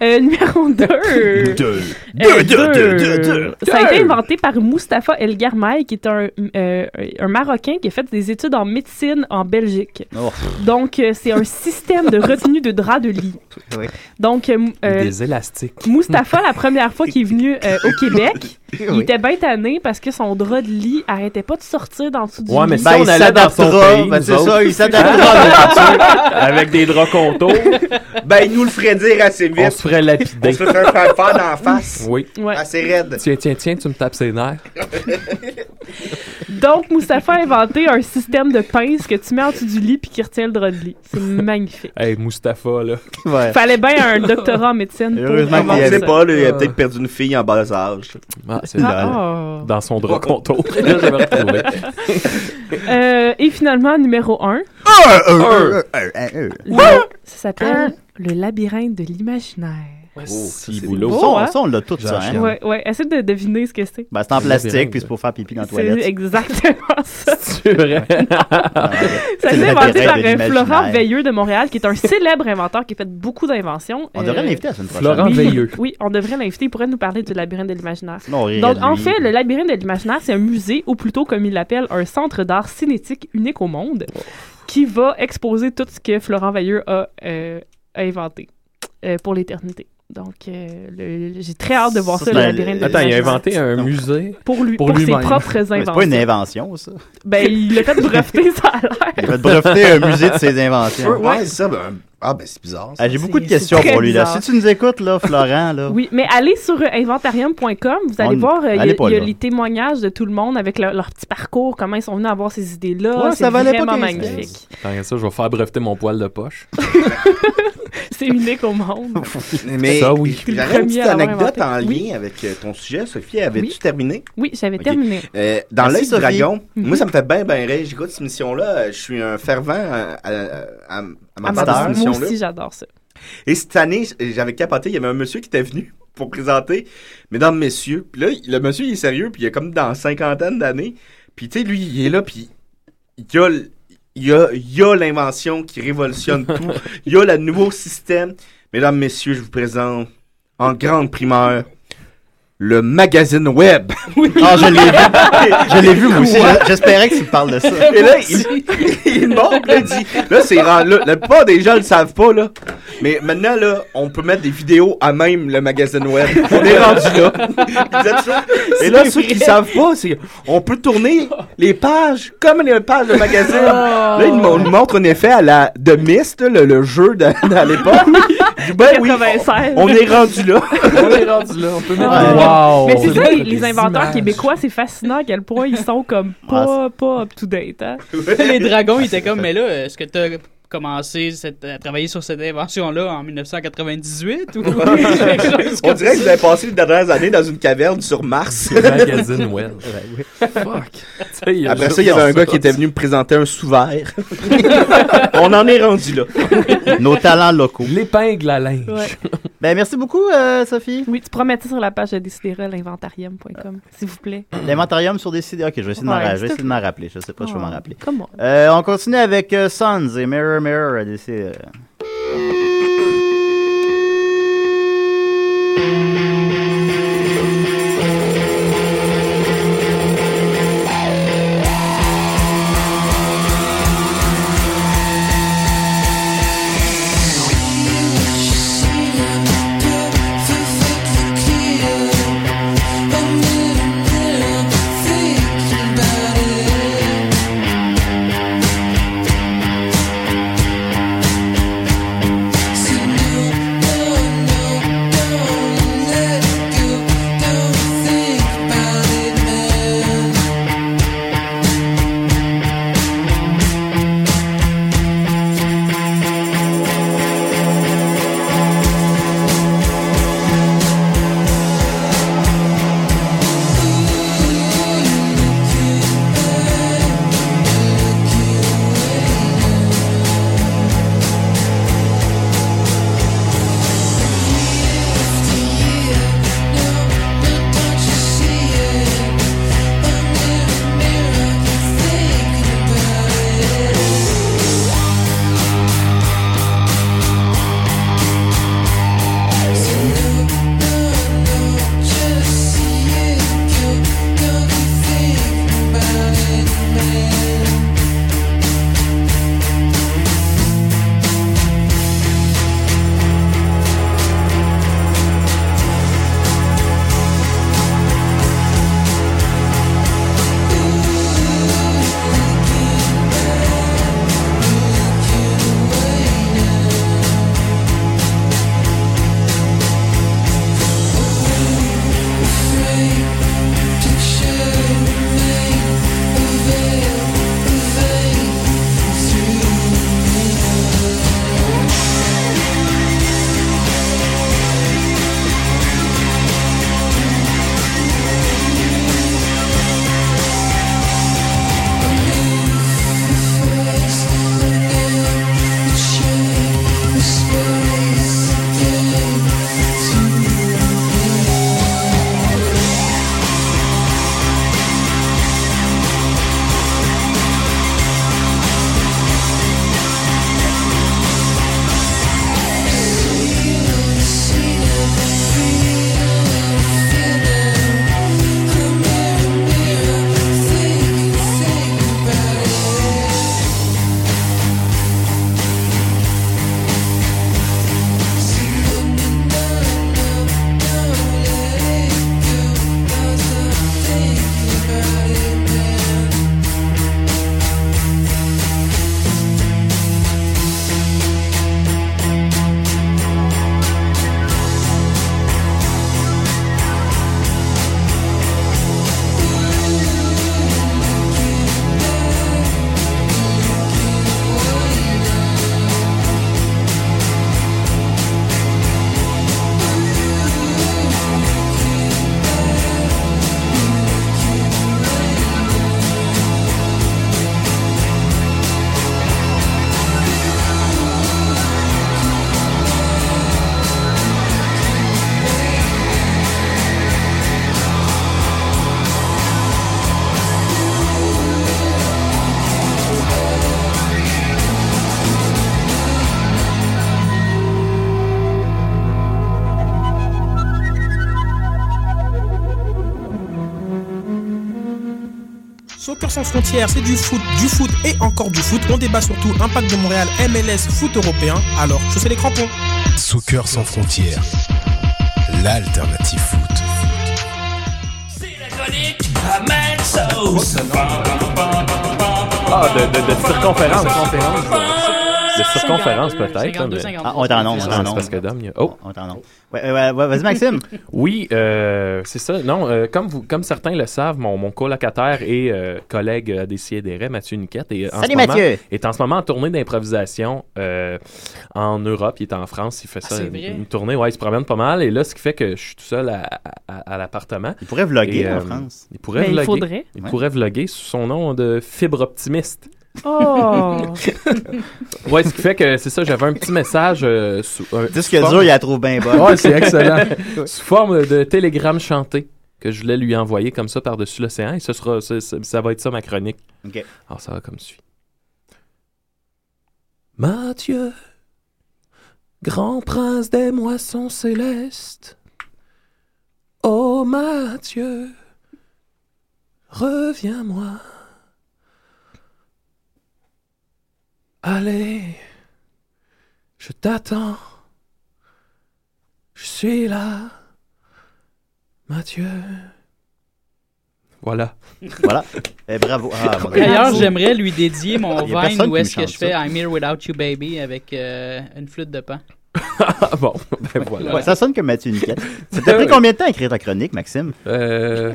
S8: Euh, numéro 2.
S6: Deux. Deux, deux, deux, deux, deux.
S8: Ça a été
S6: Deux.
S8: inventé par Mustapha El Garmaï, qui est un, euh, un Marocain qui a fait des études en médecine en Belgique.
S4: Oh.
S8: Donc, euh, c'est un système de retenue de draps de lit.
S4: Oui.
S8: Donc, euh, euh,
S7: Des élastiques.
S8: Mustapha, la première fois qu'il est venu euh, au Québec, il
S7: Oui.
S8: était bien tanné parce que son drap de lit arrêtait pas de sortir dans le dessous du
S7: Ouais, mais
S8: lit.
S7: si on allait dans son pays,
S6: ben,
S7: nous
S6: c'est ça,
S7: autres-
S6: il s'adaptera, bien sûr.
S7: Avec des draps contours.
S6: Ben, il nous le ferait dire assez vite.
S7: On se ferait lapider.
S6: On se ferait faire faire d'en face.
S7: Oui.
S6: Assez raide.
S7: Tiens, tiens, tiens, tu me tapes ses nerfs.
S8: Donc, Mustapha a inventé un système de pince que tu mets en dessous du lit puis qui retient le drap de lit. C'est magnifique.
S7: Hey, Mustapha, là.
S4: Ouais.
S8: Fallait bien un doctorat en médecine pour
S6: Heureusement qu'il n'y
S8: inventer
S6: avait
S8: ça.
S6: pas, là, il a peut-être perdu une fille en bas âge.
S7: Ah,
S8: c'est Ah, drôle. oh.
S7: Dans son drap contour. Là, je vais me retrouver.
S8: Euh, et finalement, numéro 1.
S4: Euh, euh, euh, euh.
S8: Ça s'appelle le labyrinthe de l'imaginaire. Oh,
S4: Oh,
S7: ça,
S4: c'est
S7: boulot.
S4: beau. Ça, on- Oh, ça, on l'a tout, ça. Hein?
S8: Ouais, ouais. Essaye de deviner ce que c'est.
S4: Ben, c'est en plastique, puis c'est pour faire pipi dans la
S8: C'est
S4: toilette.
S8: exactement ça.
S7: C'est vrai.
S8: Ça a
S4: C'est
S8: été
S4: le
S8: inventé
S4: labyrinthe
S8: par
S4: de
S8: euh,
S4: l'imaginaire.
S8: Florent Veilleux de Montréal, qui est un célèbre inventeur qui a fait beaucoup d'inventions. Euh,
S4: On devrait l'inviter la semaine prochaine.
S7: Florent
S8: Oui,
S7: Veilleux.
S8: Oui, on devrait l'inviter. Il pourrait nous parler du labyrinthe de l'imaginaire.
S4: Non, on rirait
S8: Donc,
S4: de
S8: en
S4: lui.
S8: fait, le labyrinthe de l'imaginaire, c'est un musée, ou plutôt, comme il l'appelle, un centre d'art cinétique unique au monde, qui va exposer tout ce que Florent Veilleux a, euh, a inventé euh, pour l'éternité. Donc, euh, le- le- j'ai très hâte de voir ça,
S4: c'est
S8: le
S4: un-
S8: labyrinthe de
S7: Attends, il a
S8: l'imaginaire.
S7: inventé un musée.
S8: Pour, lui,
S7: pour
S8: pour ses
S7: lui-même.
S8: propres
S7: Mais
S8: inventions.
S4: Mais c'est pas une invention, ça.
S8: Ben, il l'a fait breveter, ça a l'air.
S4: Il va te breveter un musée de ses inventions.
S6: Ouais, c'est ça. Ben, ah, ben, c'est bizarre. ça.
S4: Ah, J'ai beaucoup de
S8: c'est
S4: questions
S8: très
S4: pour lui. Là.
S8: bizarre.
S4: Si tu nous écoutes, là, Florent, là,
S8: Oui, mais allez sur euh, inventarium.com, vous allez
S4: On-
S8: voir, euh, il y a-
S4: allez pas
S8: il y a,
S4: là.
S8: les témoignages de tout le monde avec leur, leur petit parcours, comment ils sont venus avoir ces idées-là.
S4: Ouais,
S8: c'est
S4: ça valait pas
S8: vraiment
S4: 15
S8: magnifique.
S7: Tant ça, je vais faire breveter mon poil de poche.
S8: C'est unique au monde.
S6: Mais
S7: Ça, oui.
S8: Le
S6: j'aurais une petite
S8: premier à avoir
S6: anecdote en
S8: inventé.
S6: lien
S8: Oui.
S6: avec euh, ton sujet, Sophie. Avais-tu terminé?
S8: Oui, j'avais
S6: Ok.
S8: terminé.
S6: Euh, dans
S8: Merci,
S6: l'œil du
S8: Sophie.
S6: dragon,
S8: Mhm.
S6: moi, ça me fait bien, bien rire. J'écoute cette émission-là. Euh, Je suis un fervent euh, à- à- à- amateur de cette
S8: Ah, Moi
S6: émission-là.
S8: aussi, j'adore ça.
S6: Et cette année, j- j'avais capoté, il y avait un monsieur qui était venu pour présenter Mesdames, Messieurs. Puis là, il- le monsieur, il est sérieux, puis il a comme dans cinquantaine d'années. Puis tu sais, lui, il est là, puis il y a, l- il y a, il y a l'invention qui révolutionne tout. Il y a le nouveau système. Mesdames, Messieurs, je vous présente en grande primeur le magazine web.
S4: Ah, je l'ai vu. Je l'ai vu, moi aussi. Je- J'espérais que tu me parles de ça.
S6: Et là, il, il montre, là, il dit, là, c'est rendu, là, la plupart des gens le savent pas, là. Mais maintenant, là, on peut mettre des vidéos à même le magazine web. On est rendu là. Vous êtes sûrs? Et là,
S11: C'est
S6: ceux qui
S11: vrai.
S6: savent pas, c'est, on peut tourner les pages comme les pages de magazine. Là, il nous montre en effet à la de Mist, là, le, le jeu de, à l'époque. Il dit, Ben oui, on, on est rendu là.
S10: on est rendu là, on peut mettre
S6: Ouais.
S10: des- Wow.
S8: Mais c'est ça,
S10: Des
S8: les, les inventeurs
S10: images.
S8: québécois, c'est fascinant à quel point ils sont comme
S4: Ah,
S8: pas, pas up-to-date. hein.
S9: les dragons ils étaient comme, mais là, est-ce que t'as commencé cette- à travailler sur cette invention-là en 1998 ou quelque chose
S6: On
S9: comme
S6: dirait que
S9: ça?
S6: vous avez passé les dernières années dans une caverne sur Mars.
S9: Le magazine
S6: web.
S10: sais, il y a
S6: Après
S10: juste
S6: ça, il y avait un
S10: ça.
S6: gars qui était venu me présenter un sous-verre. On en est rendu là.
S4: Nos talents locaux.
S10: L'épingle à linge.
S8: Ouais.
S4: Ben, merci beaucoup, euh, Sophie.
S8: Oui, tu promettais sur la page de Décidera, l'inventarium.com, s'il vous plaît.
S4: L'inventarium sur des CD. Ok, je vais essayer de m'en
S8: Ouais,
S4: ra-
S8: c'est
S4: je vais essayer de
S8: tout.
S4: m'en rappeler. Je sais pas si je vais m'en
S8: Oh,
S4: rappeler.
S8: come on.
S4: Euh, on continue avec euh, Sons et Mirror Mirror euh, à DC.
S11: Let
S12: Soccer sans frontières, c'est du foot, du foot et encore du foot. On débat surtout impact de Montréal, MLS, foot européen. Alors, chaussez les crampons.
S13: Soccer sans frontières, l'alternative foot.
S14: à Mad Sauce.
S7: Ah, de, de, de circonférence. De circonférence, peut-être. là, mais-
S4: Ah, on est en onde, on est en
S7: C'est parce
S4: onde.
S7: que Dom, il y a- Oh!
S4: On est en onde. Ouais, ouais, ouais, ouais, vas-y, Maxime.
S7: oui, euh, c'est ça. Non, euh, comme, vous, comme certains le savent, mon, mon colocataire et euh, collègue à DCDR, Mathieu Niquette, est en,
S4: Salut,
S7: ce moment,
S4: Mathieu!
S7: est en ce moment en tournée d'improvisation euh, en Europe. Il est en France, il fait ça,
S4: c'est
S7: une,
S4: vrai?
S7: une tournée. Ouais, il se promène pas mal. Et là, ce qui fait que je suis tout seul à, à- à l'appartement. Il
S4: pourrait vlogger en France.
S7: Il pourrait
S8: Ben, il
S7: vlogger.
S8: faudrait.
S7: euh, Il
S8: Ouais.
S7: pourrait vlogger sous son nom de Fibre Optimiste.
S8: Oh!
S7: Ouais, ce qui fait que c'est ça, j'avais un petit message. Euh, sous, euh,
S4: Dis ce
S7: sous
S4: que
S7: forme-
S4: dur, il la trouve bien bonne.
S7: Ouais, c'est excellent. sous forme de télégramme chanté que je voulais lui envoyer comme ça par-dessus l'océan et ce sera, ce- ce- ça va être ça ma chronique.
S4: Ok.
S7: Alors ça va comme suit. Mathieu, grand prince des moissons célestes. Oh Mathieu, reviens-moi. Allez, je t'attends. Je suis là. Mathieu. Voilà.
S4: Voilà. Eh, bravo. Ah, bravo.
S9: D'ailleurs, j'aimerais lui dédier mon
S4: Il y a personne
S9: Vine où
S4: qui me
S9: est-ce que
S4: chante
S9: je fais
S4: ça.
S9: I'm here without you baby avec euh, une flûte de pan.
S7: Ah bon, ben voilà.
S4: Ouais, ça sonne comme Mathieu Niquette. Ça t'a pris combien de temps à écrire ta chronique, Maxime?
S7: Euh...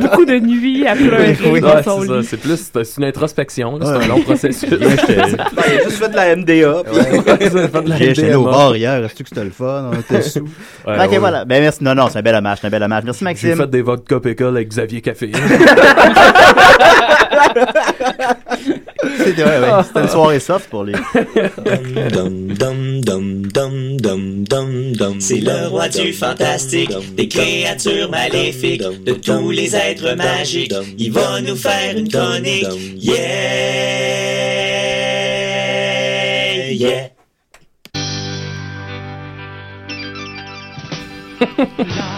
S8: Beaucoup de nuits à pleurer
S7: Oui,
S8: dans
S7: ouais,
S8: son
S7: c'est ça.
S8: lit.
S7: C'est plus c'est une introspection, là. c'est
S4: Ouais.
S7: un long processus.
S4: Ouais, j'étais-
S6: Ben, il a juste fait de la
S4: Ah
S6: MDA. puis-
S4: J'ai j'étais allé au bar hier, est-ce que c'était le fun? On était sous.
S7: Ouais,
S4: ok,
S7: ouais.
S4: voilà. Ben merci. Non, non, c'est un bel hommage, c'est un bel hommage. Merci,
S7: J'ai
S4: Maxime.
S7: fait des vodka pickle avec Xavier Café.
S4: C'était ouais, ouais, Ah. c'était une soirée soft pour lui.
S15: C'est le roi du fantastique, des créatures maléfiques, de tous les êtres magiques. Il va nous faire une chronique. Yeah! Yeah!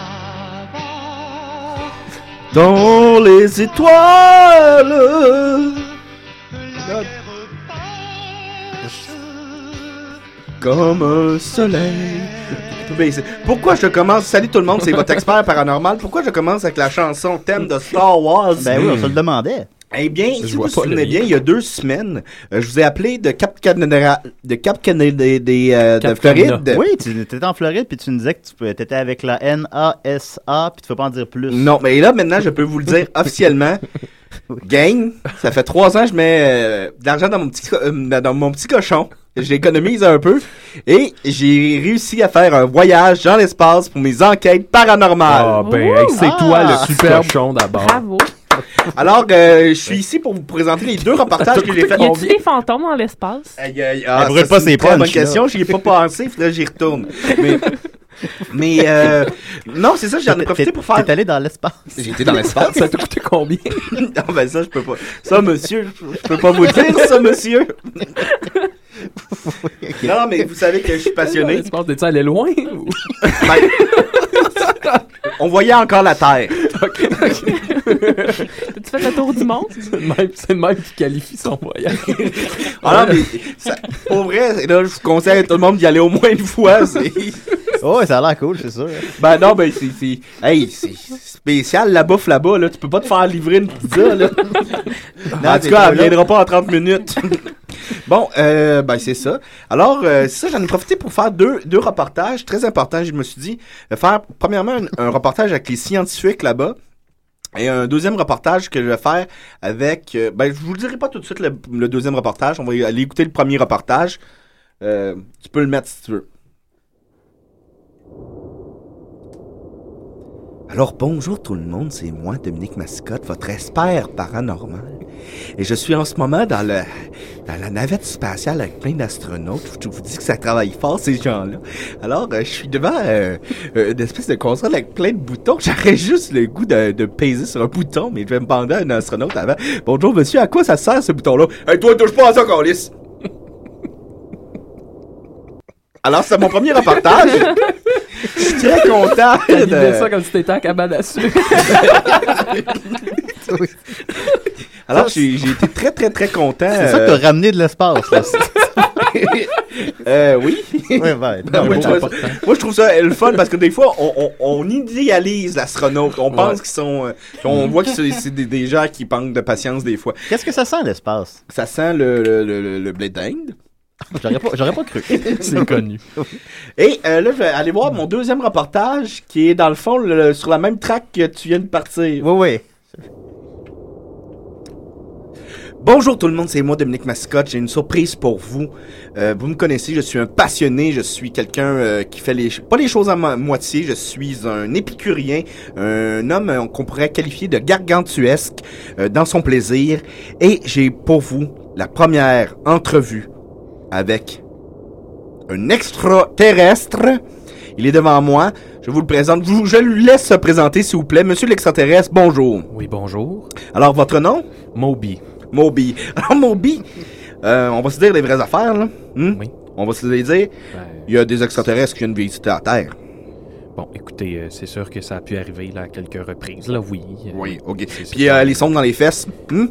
S6: Dans les étoiles. Comme un soleil. Ben, c'est- Pourquoi je commence Salut tout le monde, c'est votre expert paranormal. Pourquoi je commence avec la chanson thème de Star Wars
S4: Ben oui, on se le demandait.
S6: Eh bien, si vous
S4: vois
S6: vous
S4: pas le
S6: souvenez
S4: lien.
S6: bien, il y a deux semaines, euh, je vous ai appelé de Cap Canada, de Cap Canada, des- des, euh, de
S7: Ah.
S6: Floride.
S4: Oui, tu étais en Floride, puis tu nous disais que tu étais avec la NASA, puis tu peux pas en dire plus.
S6: Non, mais là, maintenant, je peux vous le dire officiellement. Gang, ça fait trois ans que je mets euh, de l'argent dans mon petit co- euh, dans- dans mon petit cochon. J'économise un peu et j'ai réussi à faire un voyage dans l'espace pour mes enquêtes paranormales.
S7: Ah, ben, Ouh! hey, c'est toi le petit cochon d'abord.
S8: Bravo.
S6: Alors, euh, je suis ici pour vous présenter les deux reportages que j'ai fait.
S8: Y a-tu des fantômes dans l'espace?
S6: Aïe, aïe, ah,
S4: Elle brûle
S6: ça,
S4: pas
S6: c'est
S4: ses
S6: une très bonne
S4: punchs, là.
S6: question, j'y ai pas pensé, faudrait que j'y retourne. Mais, mais euh, non, c'est ça, j'en ai profité pour faire.
S4: T'es allé dans l'espace.
S6: J'étais dans l'espace.
S7: Ça t'a coûté combien?
S6: non, ben ça, je peux pas. Ça, monsieur, je peux pas vous le dire, ça, monsieur. Non, mais vous savez que je suis passionné.
S7: Tu penses que allé loin? ou-
S6: Ben, On voyait encore la Terre.
S8: T'as-tu fait le tour du monde?
S7: C'est le même- c'est le même qui qualifie son voyage.
S6: Ah non, mais ça- pour vrai, là, je vous conseille à tout le monde d'y aller au moins une fois. c'est-
S4: Oh, ça a l'air cool, c'est sûr.
S6: Ben non, ben c'est- c'est. Hey, c'est spécial la bouffe là-bas, là. Tu peux pas te faire livrer une pizza, là. en
S4: c'est
S6: tout cas,
S4: trop
S6: elle
S4: long.
S6: viendra pas en 30 minutes. ben bon, euh, ben c'est ça. Alors, euh, c'est ça, j'en ai profité pour faire deux, deux reportages très importants. Je me suis dit, de faire premièrement un, un reportage avec les scientifiques là-bas. Et un deuxième reportage que je vais faire avec... euh, ben, je vous le dirai pas tout de suite le, le deuxième reportage. On va y- aller écouter le premier reportage. Euh, tu peux le mettre si tu veux. Alors bonjour tout le monde, c'est moi, Dominique Mascotte, votre expert paranormal. Et je suis en ce moment dans, le, dans la navette spatiale avec plein d'astronautes. Je vous dis que ça travaille fort, ces gens-là. Alors, euh, je suis devant euh, euh, une espèce de console avec plein de boutons. J'aurais juste le goût de, de peser sur un bouton, mais je vais me bander à un astronaute avant. Bonjour monsieur, à quoi ça sert ce bouton-là? Hey, toi, touche pas à ça, Carlis! Alors, c'est mon premier reportage. Je suis très content.
S7: T'as
S6: de-
S7: dit ça comme si t'étais à cabane à sucre.
S6: Alors, j'ai j'ai été très, très, très content.
S4: C'est ça que t'as ramené de l'espace, là.
S6: Euh, oui.
S4: Ouais, ouais.
S6: Non, moi, je trouve ça- moi, je trouve ça euh, le fun parce que des fois, on, on- on idéalise l'astronaute. On pense
S4: Ouais.
S6: qu'ils sont. euh, on voit que c'est c'est des, des gens qui manquent de patience des fois.
S4: Qu'est-ce que ça sent, l'espace
S6: Ça sent le, le, le, le- le blé d'Inde.
S4: J'aurais pas- j'aurais pas cru.
S6: Non.
S4: C'est connu.
S6: Et euh, là, je vais aller voir mon deuxième reportage qui est dans le fond le- sur la même track que tu viens de partir.
S4: Oui,
S6: oui. Bonjour tout le monde, c'est moi Dominique Mascotte. J'ai une surprise pour vous. Euh, vous me connaissez, je suis un passionné, je suis quelqu'un euh, qui fait les ch- pas les choses à mo- moitié. Je suis un épicurien, un homme euh, qu'on pourrait qualifier de gargantuesque euh, dans son plaisir. Et j'ai pour vous la première entrevue avec un extraterrestre. Il est devant moi. Je vous le présente. Je, vous- je le laisse se présenter, s'il vous plaît. Monsieur l'extraterrestre, bonjour.
S7: Oui, bonjour.
S6: Alors, votre nom?
S7: Moby.
S6: Moby. Alors, Moby, euh, on va se dire les vraies affaires, là. Hmm? On va se les dire. Il y a des extraterrestres qui viennent visiter la Terre.
S7: Bon, écoutez, euh, c'est sûr que ça a pu arriver là, à quelques reprises, là, oui.
S6: Oui, ok. Puis, euh, les sondes dans les fesses. hmm?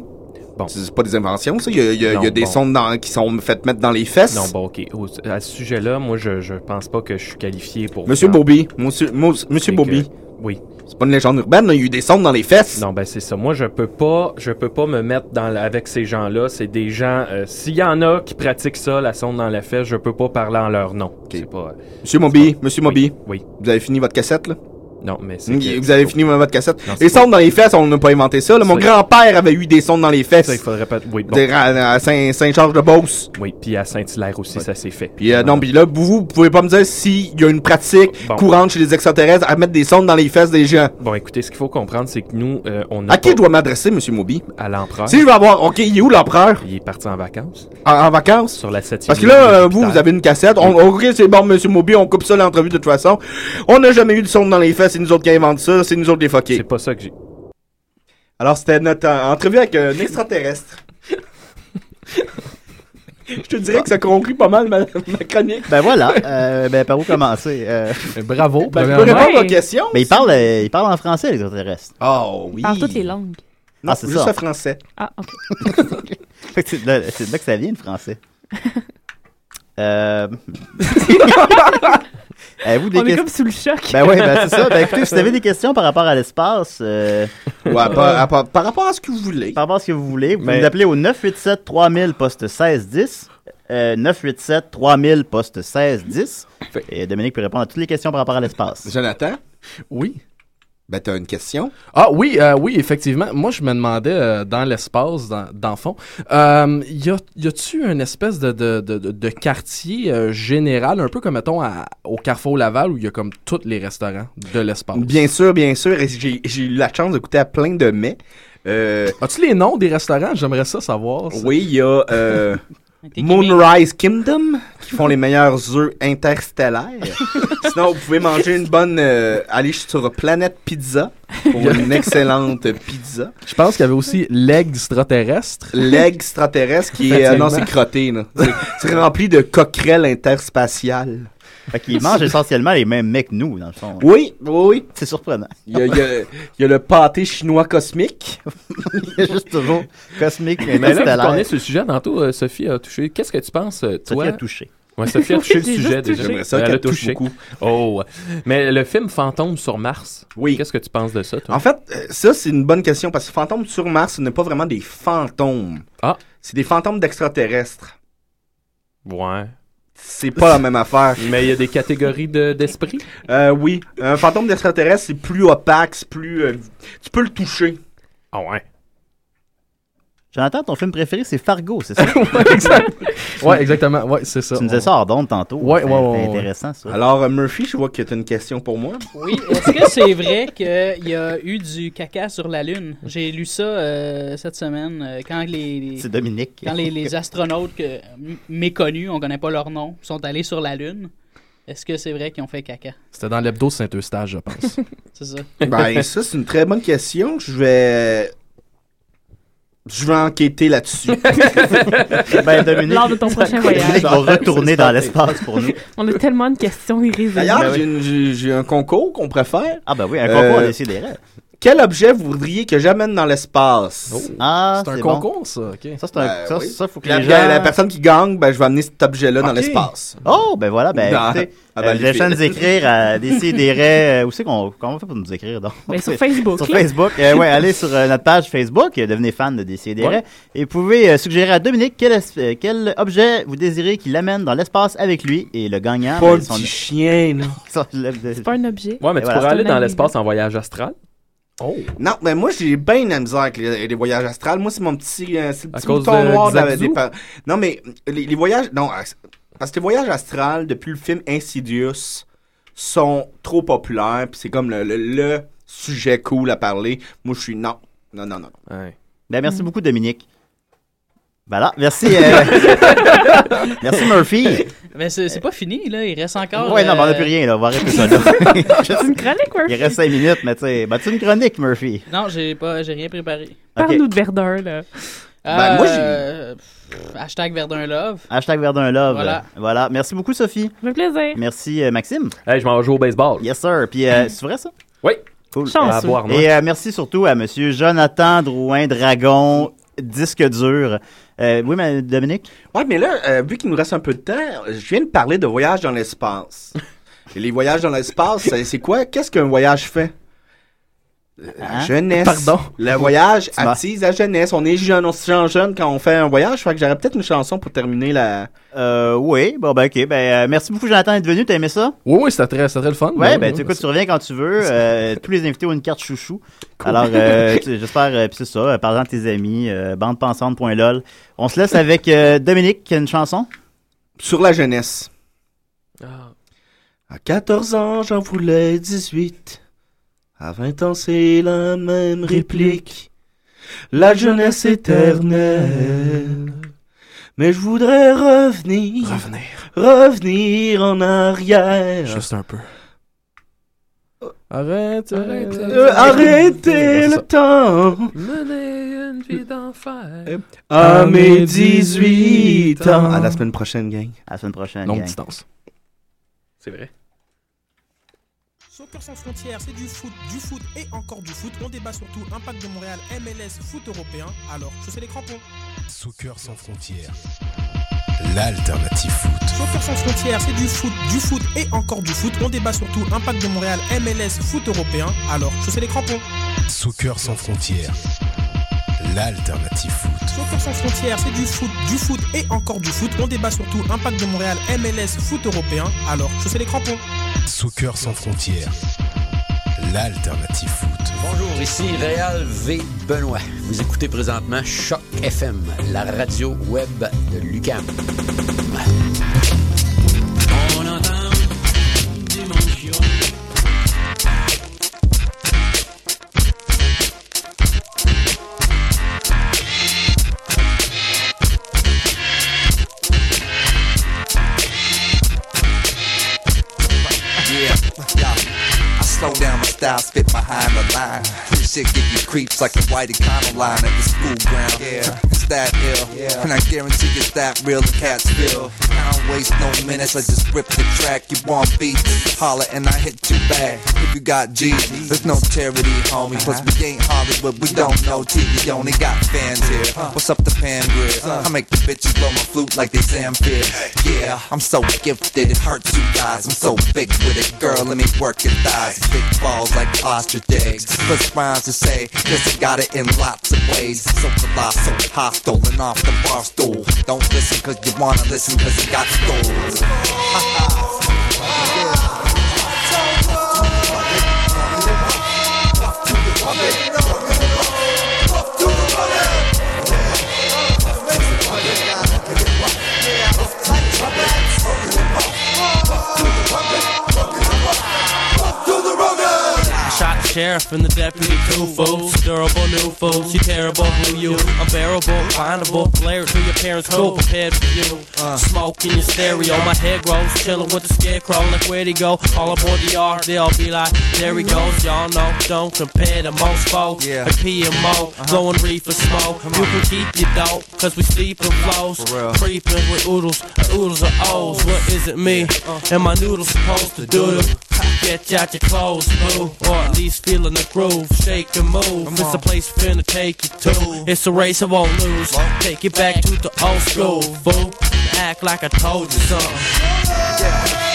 S6: C'est pas des inventions, ça. Il y a, il y a- il y a
S7: Non,
S6: des
S7: bon.
S6: sondes dans- qui sont faites mettre dans les fesses.
S7: Non, bon, OK. Au- à ce sujet-là, moi, je, je pense pas que je suis qualifié pour...
S6: Monsieur
S7: prendre-
S6: Bobby, monsieur, mo- monsieur
S7: que-
S6: Bobby.
S7: Oui.
S6: C'est pas une légende urbaine, là. il y a eu des sondes dans les fesses.
S7: Non, ben c'est ça. Moi, je peux pas, je peux pas me mettre dans, la- avec ces gens-là. C'est des gens. euh, S'il y en a qui pratiquent ça, la sonde dans la fesse, je peux pas parler en leur nom. C'est pas.
S6: Monsieur Moby, monsieur Moby.
S7: Oui.
S6: Vous avez fini votre cassette, là?
S7: Non, mais c'est. que-
S6: Vous avez fini votre cassette.
S7: Non, c'est
S6: les sondes dans les fesses, on n'a pas inventé ça. là. Mon
S7: Ça,
S6: grand-père avait eu des sondes dans les fesses.
S7: Ça, il faudrait pas. Oui, bon.
S6: Des- À, à Saint- Saint-Georges-de-Beauce.
S7: Oui, puis à Saint-Hilaire aussi, ça s'est fait.
S6: Puis, euh, non, puis là, vous, vous pouvez pas me dire s'il y a une pratique
S7: Bon.
S6: courante chez les extraterrestres à mettre des sondes dans les fesses des gens.
S7: Bon, écoutez, ce qu'il faut comprendre, c'est que nous, euh, on a.
S6: À qui je dois m'adresser, monsieur Moby?
S7: À l'empereur.
S6: Si je veux avoir. Ok, il est où l'empereur?
S7: Il est parti en vacances.
S6: En, en vacances?
S7: Sur la 7
S6: Parce que là, euh, vous, vous avez une cassette. On, ok, c'est bon, monsieur Moby, on coupe ça l'entrevue de toute façon. On n'a jamais eu de sonde dans les fesses, c'est nous autres qui inventent ça, c'est nous autres les fuckés. C'est
S7: pas ça que j'ai.
S6: Alors, c'était notre euh, entrevue avec un extraterrestre. Je te dirais que ça conclut pas mal ma, ma chronique.
S4: Ben voilà, euh, ben par où commencer? Euh,
S10: Bravo,
S6: Ben, je peux premièrement. répondre aux questions,
S4: Mais il parle, euh, il parle en français, les extraterrestres.
S6: Oh oui.
S8: Parle toutes les langues.
S4: Ah, c'est
S6: juste
S4: ça.
S6: le français.
S8: Ah, OK.
S4: Fait que C'est de là c'est de là que ça vient, le français. Euh... Avez-vous des
S8: On est
S4: ques-
S8: comme sous le choc.
S4: Ben oui, ben c'est ça. Ben écoutez, si vous avez des questions par rapport à l'espace... euh,
S6: Ou à- par- à- par- par rapport à ce que vous voulez.
S4: Par rapport à ce que vous voulez, vous
S8: Ben
S6: Mais-
S4: nous appelez au 987-3000 poste 1610. Euh, 987-3000 poste 1610. Et Dominique peut répondre à toutes les questions par rapport à l'espace.
S6: Jonathan?
S10: Oui.
S6: Ben, t'as une question?
S10: Ah oui, euh, oui, effectivement. Moi, je me demandais euh, dans l'espace, dans, dans le fond, euh, y a- y a-tu une espèce de, de, de, de- de quartier euh, général, un peu comme, mettons, à- au Carrefour Laval, où il y a comme tous les restaurants de l'espace?
S6: Bien sûr, bien sûr. Et J'ai j'ai eu la chance d'écouter à plein de mets. Euh,
S10: As-tu les noms des restaurants? J'aimerais ça savoir. ça.
S6: Oui, il y a euh, Moonrise Kingdom qui font les meilleurs œufs interstellaires. Sinon, vous pouvez manger une bonne. euh, aller sur Planète Pizza pour une excellente pizza.
S10: Je pense qu'il y avait aussi l'aigle extraterrestre.
S6: L'aigle extraterrestre qui est. euh, non, c'est crotté, là. C'est- C'est rempli de coquerelles interspatiales.
S4: Fait qu'ils mangent essentiellement les mêmes mecs que nous, dans le fond.
S6: Oui, oui, oui.
S4: C'est surprenant.
S6: Il y, a, il y a- il y a le pâté chinois cosmique.
S4: Il y a juste toujours cosmique
S7: Mais là, vu qu'on est
S4: interstellaire.
S7: sur le sujet, tantôt, euh, Sophie a touché. Qu'est-ce que tu penses, euh, toi?
S4: a touché.
S7: Ouais, Sophie a touché le
S4: J'ai juste
S7: sujet
S4: touché.
S7: déjà.
S4: J'aimerais ça
S7: Elle
S4: qu'elle
S7: a
S4: touche
S7: touché.
S4: beaucoup.
S7: Oh. Mais le film Fantôme sur Mars. Oui. Qu'est-ce que tu penses de ça, toi?
S6: En fait, euh, ça, c'est une bonne question parce que fantôme sur Mars, ce n'est pas vraiment des fantômes.
S7: Ah.
S6: C'est des fantômes d'extraterrestres.
S7: Ouais.
S6: C'est pas la même affaire.
S7: Mais il y a des catégories de- d'esprit.
S6: Euh, oui. Un fantôme d'extraterrestre, c'est plus opaque, c'est plus. euh, tu peux le toucher.
S7: Ah ouais.
S4: J'entends ton film préféré, c'est Fargo, c'est ça?
S10: Ouais, exactement. Ouais, c'est ça.
S4: Tu nous disais ça hors d'onde tantôt.
S10: Ouais,
S4: C'est-
S10: ouais, ouais,
S4: c'est
S10: ouais.
S4: intéressant, ça.
S6: Alors, euh, Murphy, je vois que tu as une question pour moi.
S9: Oui, est-ce que c'est vrai qu'il y a eu du caca sur la Lune? J'ai lu ça euh, cette semaine euh, quand les, les-
S4: C'est Dominique.
S9: quand les, les astronautes que- m- méconnus, on connaît pas leur nom, sont allés sur la Lune. Est-ce que c'est vrai qu'ils ont fait caca?
S10: C'était dans l'hebdo Saint-Eustache, je pense.
S9: C'est ça.
S6: Ben, ça, c'est une très bonne question. Je vais. je vais enquêter là-dessus.
S4: ben, Dominique,
S8: Lors de ton prochain
S4: Dominique va
S8: voyage.
S4: retourner dans l'espace pour nous.
S8: On a tellement de questions irrésolues.
S6: D'ailleurs, j'ai une- j'ai j'ai un concours qu'on préfère.
S4: Ah, ben oui, un
S6: Euh,
S4: concours à décider.
S6: Quel objet vous voudriez que j'amène dans l'espace? Ben
S4: Ah,
S10: oh. c'est un
S4: c'est bon.
S10: concours, ça. OK.
S4: Ça, c'est un- ça, ça, faut que les
S6: la,
S4: gens-
S6: la personne qui gagne, ben, je vais amener cet objet-là dans
S4: Ok.
S6: l'espace.
S4: Oh, ben voilà, ben
S6: Dans-
S4: écoutez,
S6: à
S4: euh,
S6: Valleyfield.
S4: vous avez juste à nous écrire à DCDR. Euh, où c'est qu'on comment on fait pour nous écrire donc?
S8: Ben, sur Facebook,
S4: sur
S8: là.
S4: Facebook. euh, ouais, allez sur euh, notre page Facebook, euh, devenez fan de DCDR.
S8: Ouais.
S4: Et vous pouvez euh, suggérer à Dominique quel, es- euh, quel objet vous désirez qu'il amène dans l'espace avec lui. Et le gagnant.
S8: Pas
S4: ben,
S8: le
S4: son-
S8: petit
S6: chien, là.
S4: C'est
S8: pas un objet.
S7: Ouais, mais tu pourrais aller dans l'espace en voyage astral.
S6: Oh. Non, mais moi, j'ai bien la misère avec les, les voyages astrales. Moi, c'est mon petit, euh, c'est le
S7: À
S6: petit
S7: cause
S6: bouton
S7: de
S6: noir la-
S7: Xanadu?
S6: des par- Non, mais les, les voyages. Non, euh, parce que les voyages astrales, depuis le film Insidious, sont trop populaires. Puis c'est comme le, le- le sujet cool à parler. Moi, je suis non. Non, non, non.
S4: Ben, merci beaucoup, Dominique. Voilà, merci. euh, merci, Murphy.
S9: Mais c'est c'est pas fini, là. Il reste encore.
S4: Euh. ouais, non, ben, on n'a
S9: euh,
S4: plus rien, là. On va arrêter ça, C'est une
S8: chronique, Murphy.
S4: Il reste 5 minutes, mais tu sais. Ben, c'est une chronique, Murphy.
S9: Non, j'ai pas, j'ai rien préparé.
S8: Parle-nous de Verdun, là.
S4: Ben, moi, j'ai-
S9: Euh, pff, Hashtag Verdun Love.
S4: Hashtag Verdun Love.
S9: Voilà.
S4: Voilà. Merci beaucoup, Sophie.
S8: Un plaisir.
S4: Merci, euh, Maxime.
S7: je m'en vais jouer au baseball.
S4: Yes, sir. Puis, euh, c'est vrai, ça?
S7: Oui.
S4: Cool.
S7: Chanceux. À boire, moi.
S4: Et euh, merci surtout à Monsieur Jonathan Drouin, Dragon, Disque Dur. Euh, oui, mais Dominique?
S6: Ouais, mais là, euh, vu qu'il nous reste un peu de temps, je viens de parler de voyage dans l'espace. Et les voyages dans l'espace, c'est- c'est quoi? Qu'est-ce qu'un voyage fait?
S10: Euh,
S6: La
S4: Hein?
S6: jeunesse.
S4: Pardon?
S6: Le voyage
S4: Tu m'as-
S6: attise la jeunesse. On est jeune, on se sent jeune quand on fait un voyage. Fait que j'aurais peut-être une chanson pour terminer la.
S4: Euh, oui, bon, ben, ok. Ben, euh, merci beaucoup, Jonathan, d'être venu. T'as aimé ça?
S10: Oui, oui, c'était très, c'était très le fun.
S4: Ouais, ben,
S10: oui,
S4: tu,
S10: oui,
S4: écoutes, tu reviens quand tu veux. Euh, tous les invités ont une carte chouchou. Alors, euh, tu- j'espère, euh, puis c'est ça, euh, parlant de tes amis, euh, bandepensante.lol. On se laisse avec euh, Dominique, qui a une chanson.
S6: Sur la jeunesse. Ah. À 14 ans, j'en voulais 18. À 20 ans, c'est la même réplique. La jeunesse éternelle. Mais je voudrais revenir. Revenir. Revenir en arrière.
S10: Juste un peu. Arrête, arrête,
S6: Euh, arrêtez le temps.
S7: Mener une vie d'enfer.
S6: À mes 18 ans. À la semaine prochaine, gang.
S4: À la semaine prochaine,
S6: Longue
S4: gang.
S6: distance.
S7: C'est vrai.
S12: Soccer sans frontières, c'est du foot, du foot et encore du foot. On débat surtout impact de Montréal, MLS, foot européen. Alors, chaussez les crampons.
S13: Soccer sans frontières. L'alternative foot.
S12: Soccer sans frontières, c'est du foot, du foot et encore du foot. On débat surtout impact de Montréal, MLS, foot européen. Alors, chaussez les crampons.
S13: Soccer sans frontières. L'alternative foot.
S12: Soccer sans frontières, c'est du foot, du foot et encore du foot. On débat surtout impact de Montréal, MLS, foot européen. Alors, chaussez les crampons.
S13: Soccer sans frontières. L'alternative foot.
S16: Bonjour, ici Réal V. Benoît. Vous écoutez présentement Choc FM, la radio web de Lucam. On entend du monde chialer.
S17: Yeah, yeah. I slow down my style, spit behind the line. This shit give you creeps like the white econo line at the school ground. Yeah, it's that ill. Yeah. And I guarantee it's that real the cat's feel. I don't waste no minutes, I just rip the track. You want beats, holler and I hit you back. If you got G's, there's no charity, homie. Plus we ain't Hollywood, we don't know TV, only got fans here. What's up the pan grid? I make the bitches blow my flute like they Zamfir. Yeah, I'm so gifted, it hurts you guys. I'm so big with it, girl, let me work your thighs. Big balls like ostrich eggs. Plus rhymes to say, this I got it in lots of ways. So colossal, hostile, and off the bar stool. Don't listen cause you wanna listen cause it got stools.
S11: Shot
S18: sheriff and the deputy two fools. Durable new fools, you terrible who you. Unbearable, findable, flare to your parents' cool prepared for you. Smoke in your stereo, my head grows, chillin' with the scarecrow. Like where'd he go? All aboard the yard, they'll be like, there he goes. Y'all know, don't compare to most folks.
S15: Yeah.
S18: Like PMO, blowing reefer smoke. You can keep your dope, cause we sleep in flows. Creeping with oodles, and oodles of O's. What is it, me? And my noodles supposed to doodle? Get out your clothes, boo. Or at least feeling the groove. Shake and move. It's a place finna take you to. It's a race I won't lose. Take it back to the old school, fool. Act like I told you something.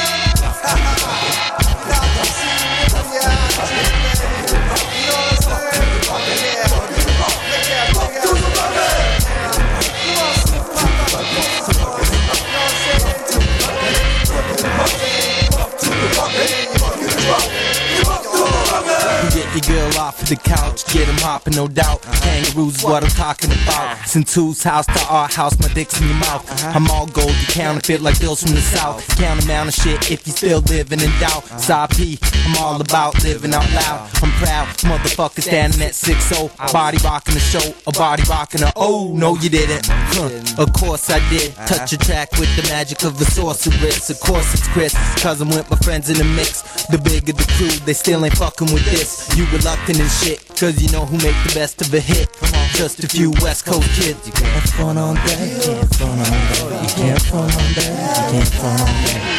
S15: Get your girl off the couch, get him hopping, no doubt. Kangaroos, what I'm talking about. Since whose house to our house, my dick's in your mouth. I'm all gold, you counterfeit like bills from the south. Count amount of shit if you still living in doubt. Side P, I'm all about living out loud. I'm proud, motherfucker standing at 6 0. Body rocking the show, a body rocking a oh, no you didn't. Huh, Of course I did. Touch a track with the magic of the sorceress. Of course it's Chris, cause I'm with my friends in the mix. The bigger the crew, they still ain't fucking with this. You reluctant and shit, cause you know who make the best of a hit. Just a few West Coast kids. You can't front on that, you can't front on that, you can't front on that, you can't front on that.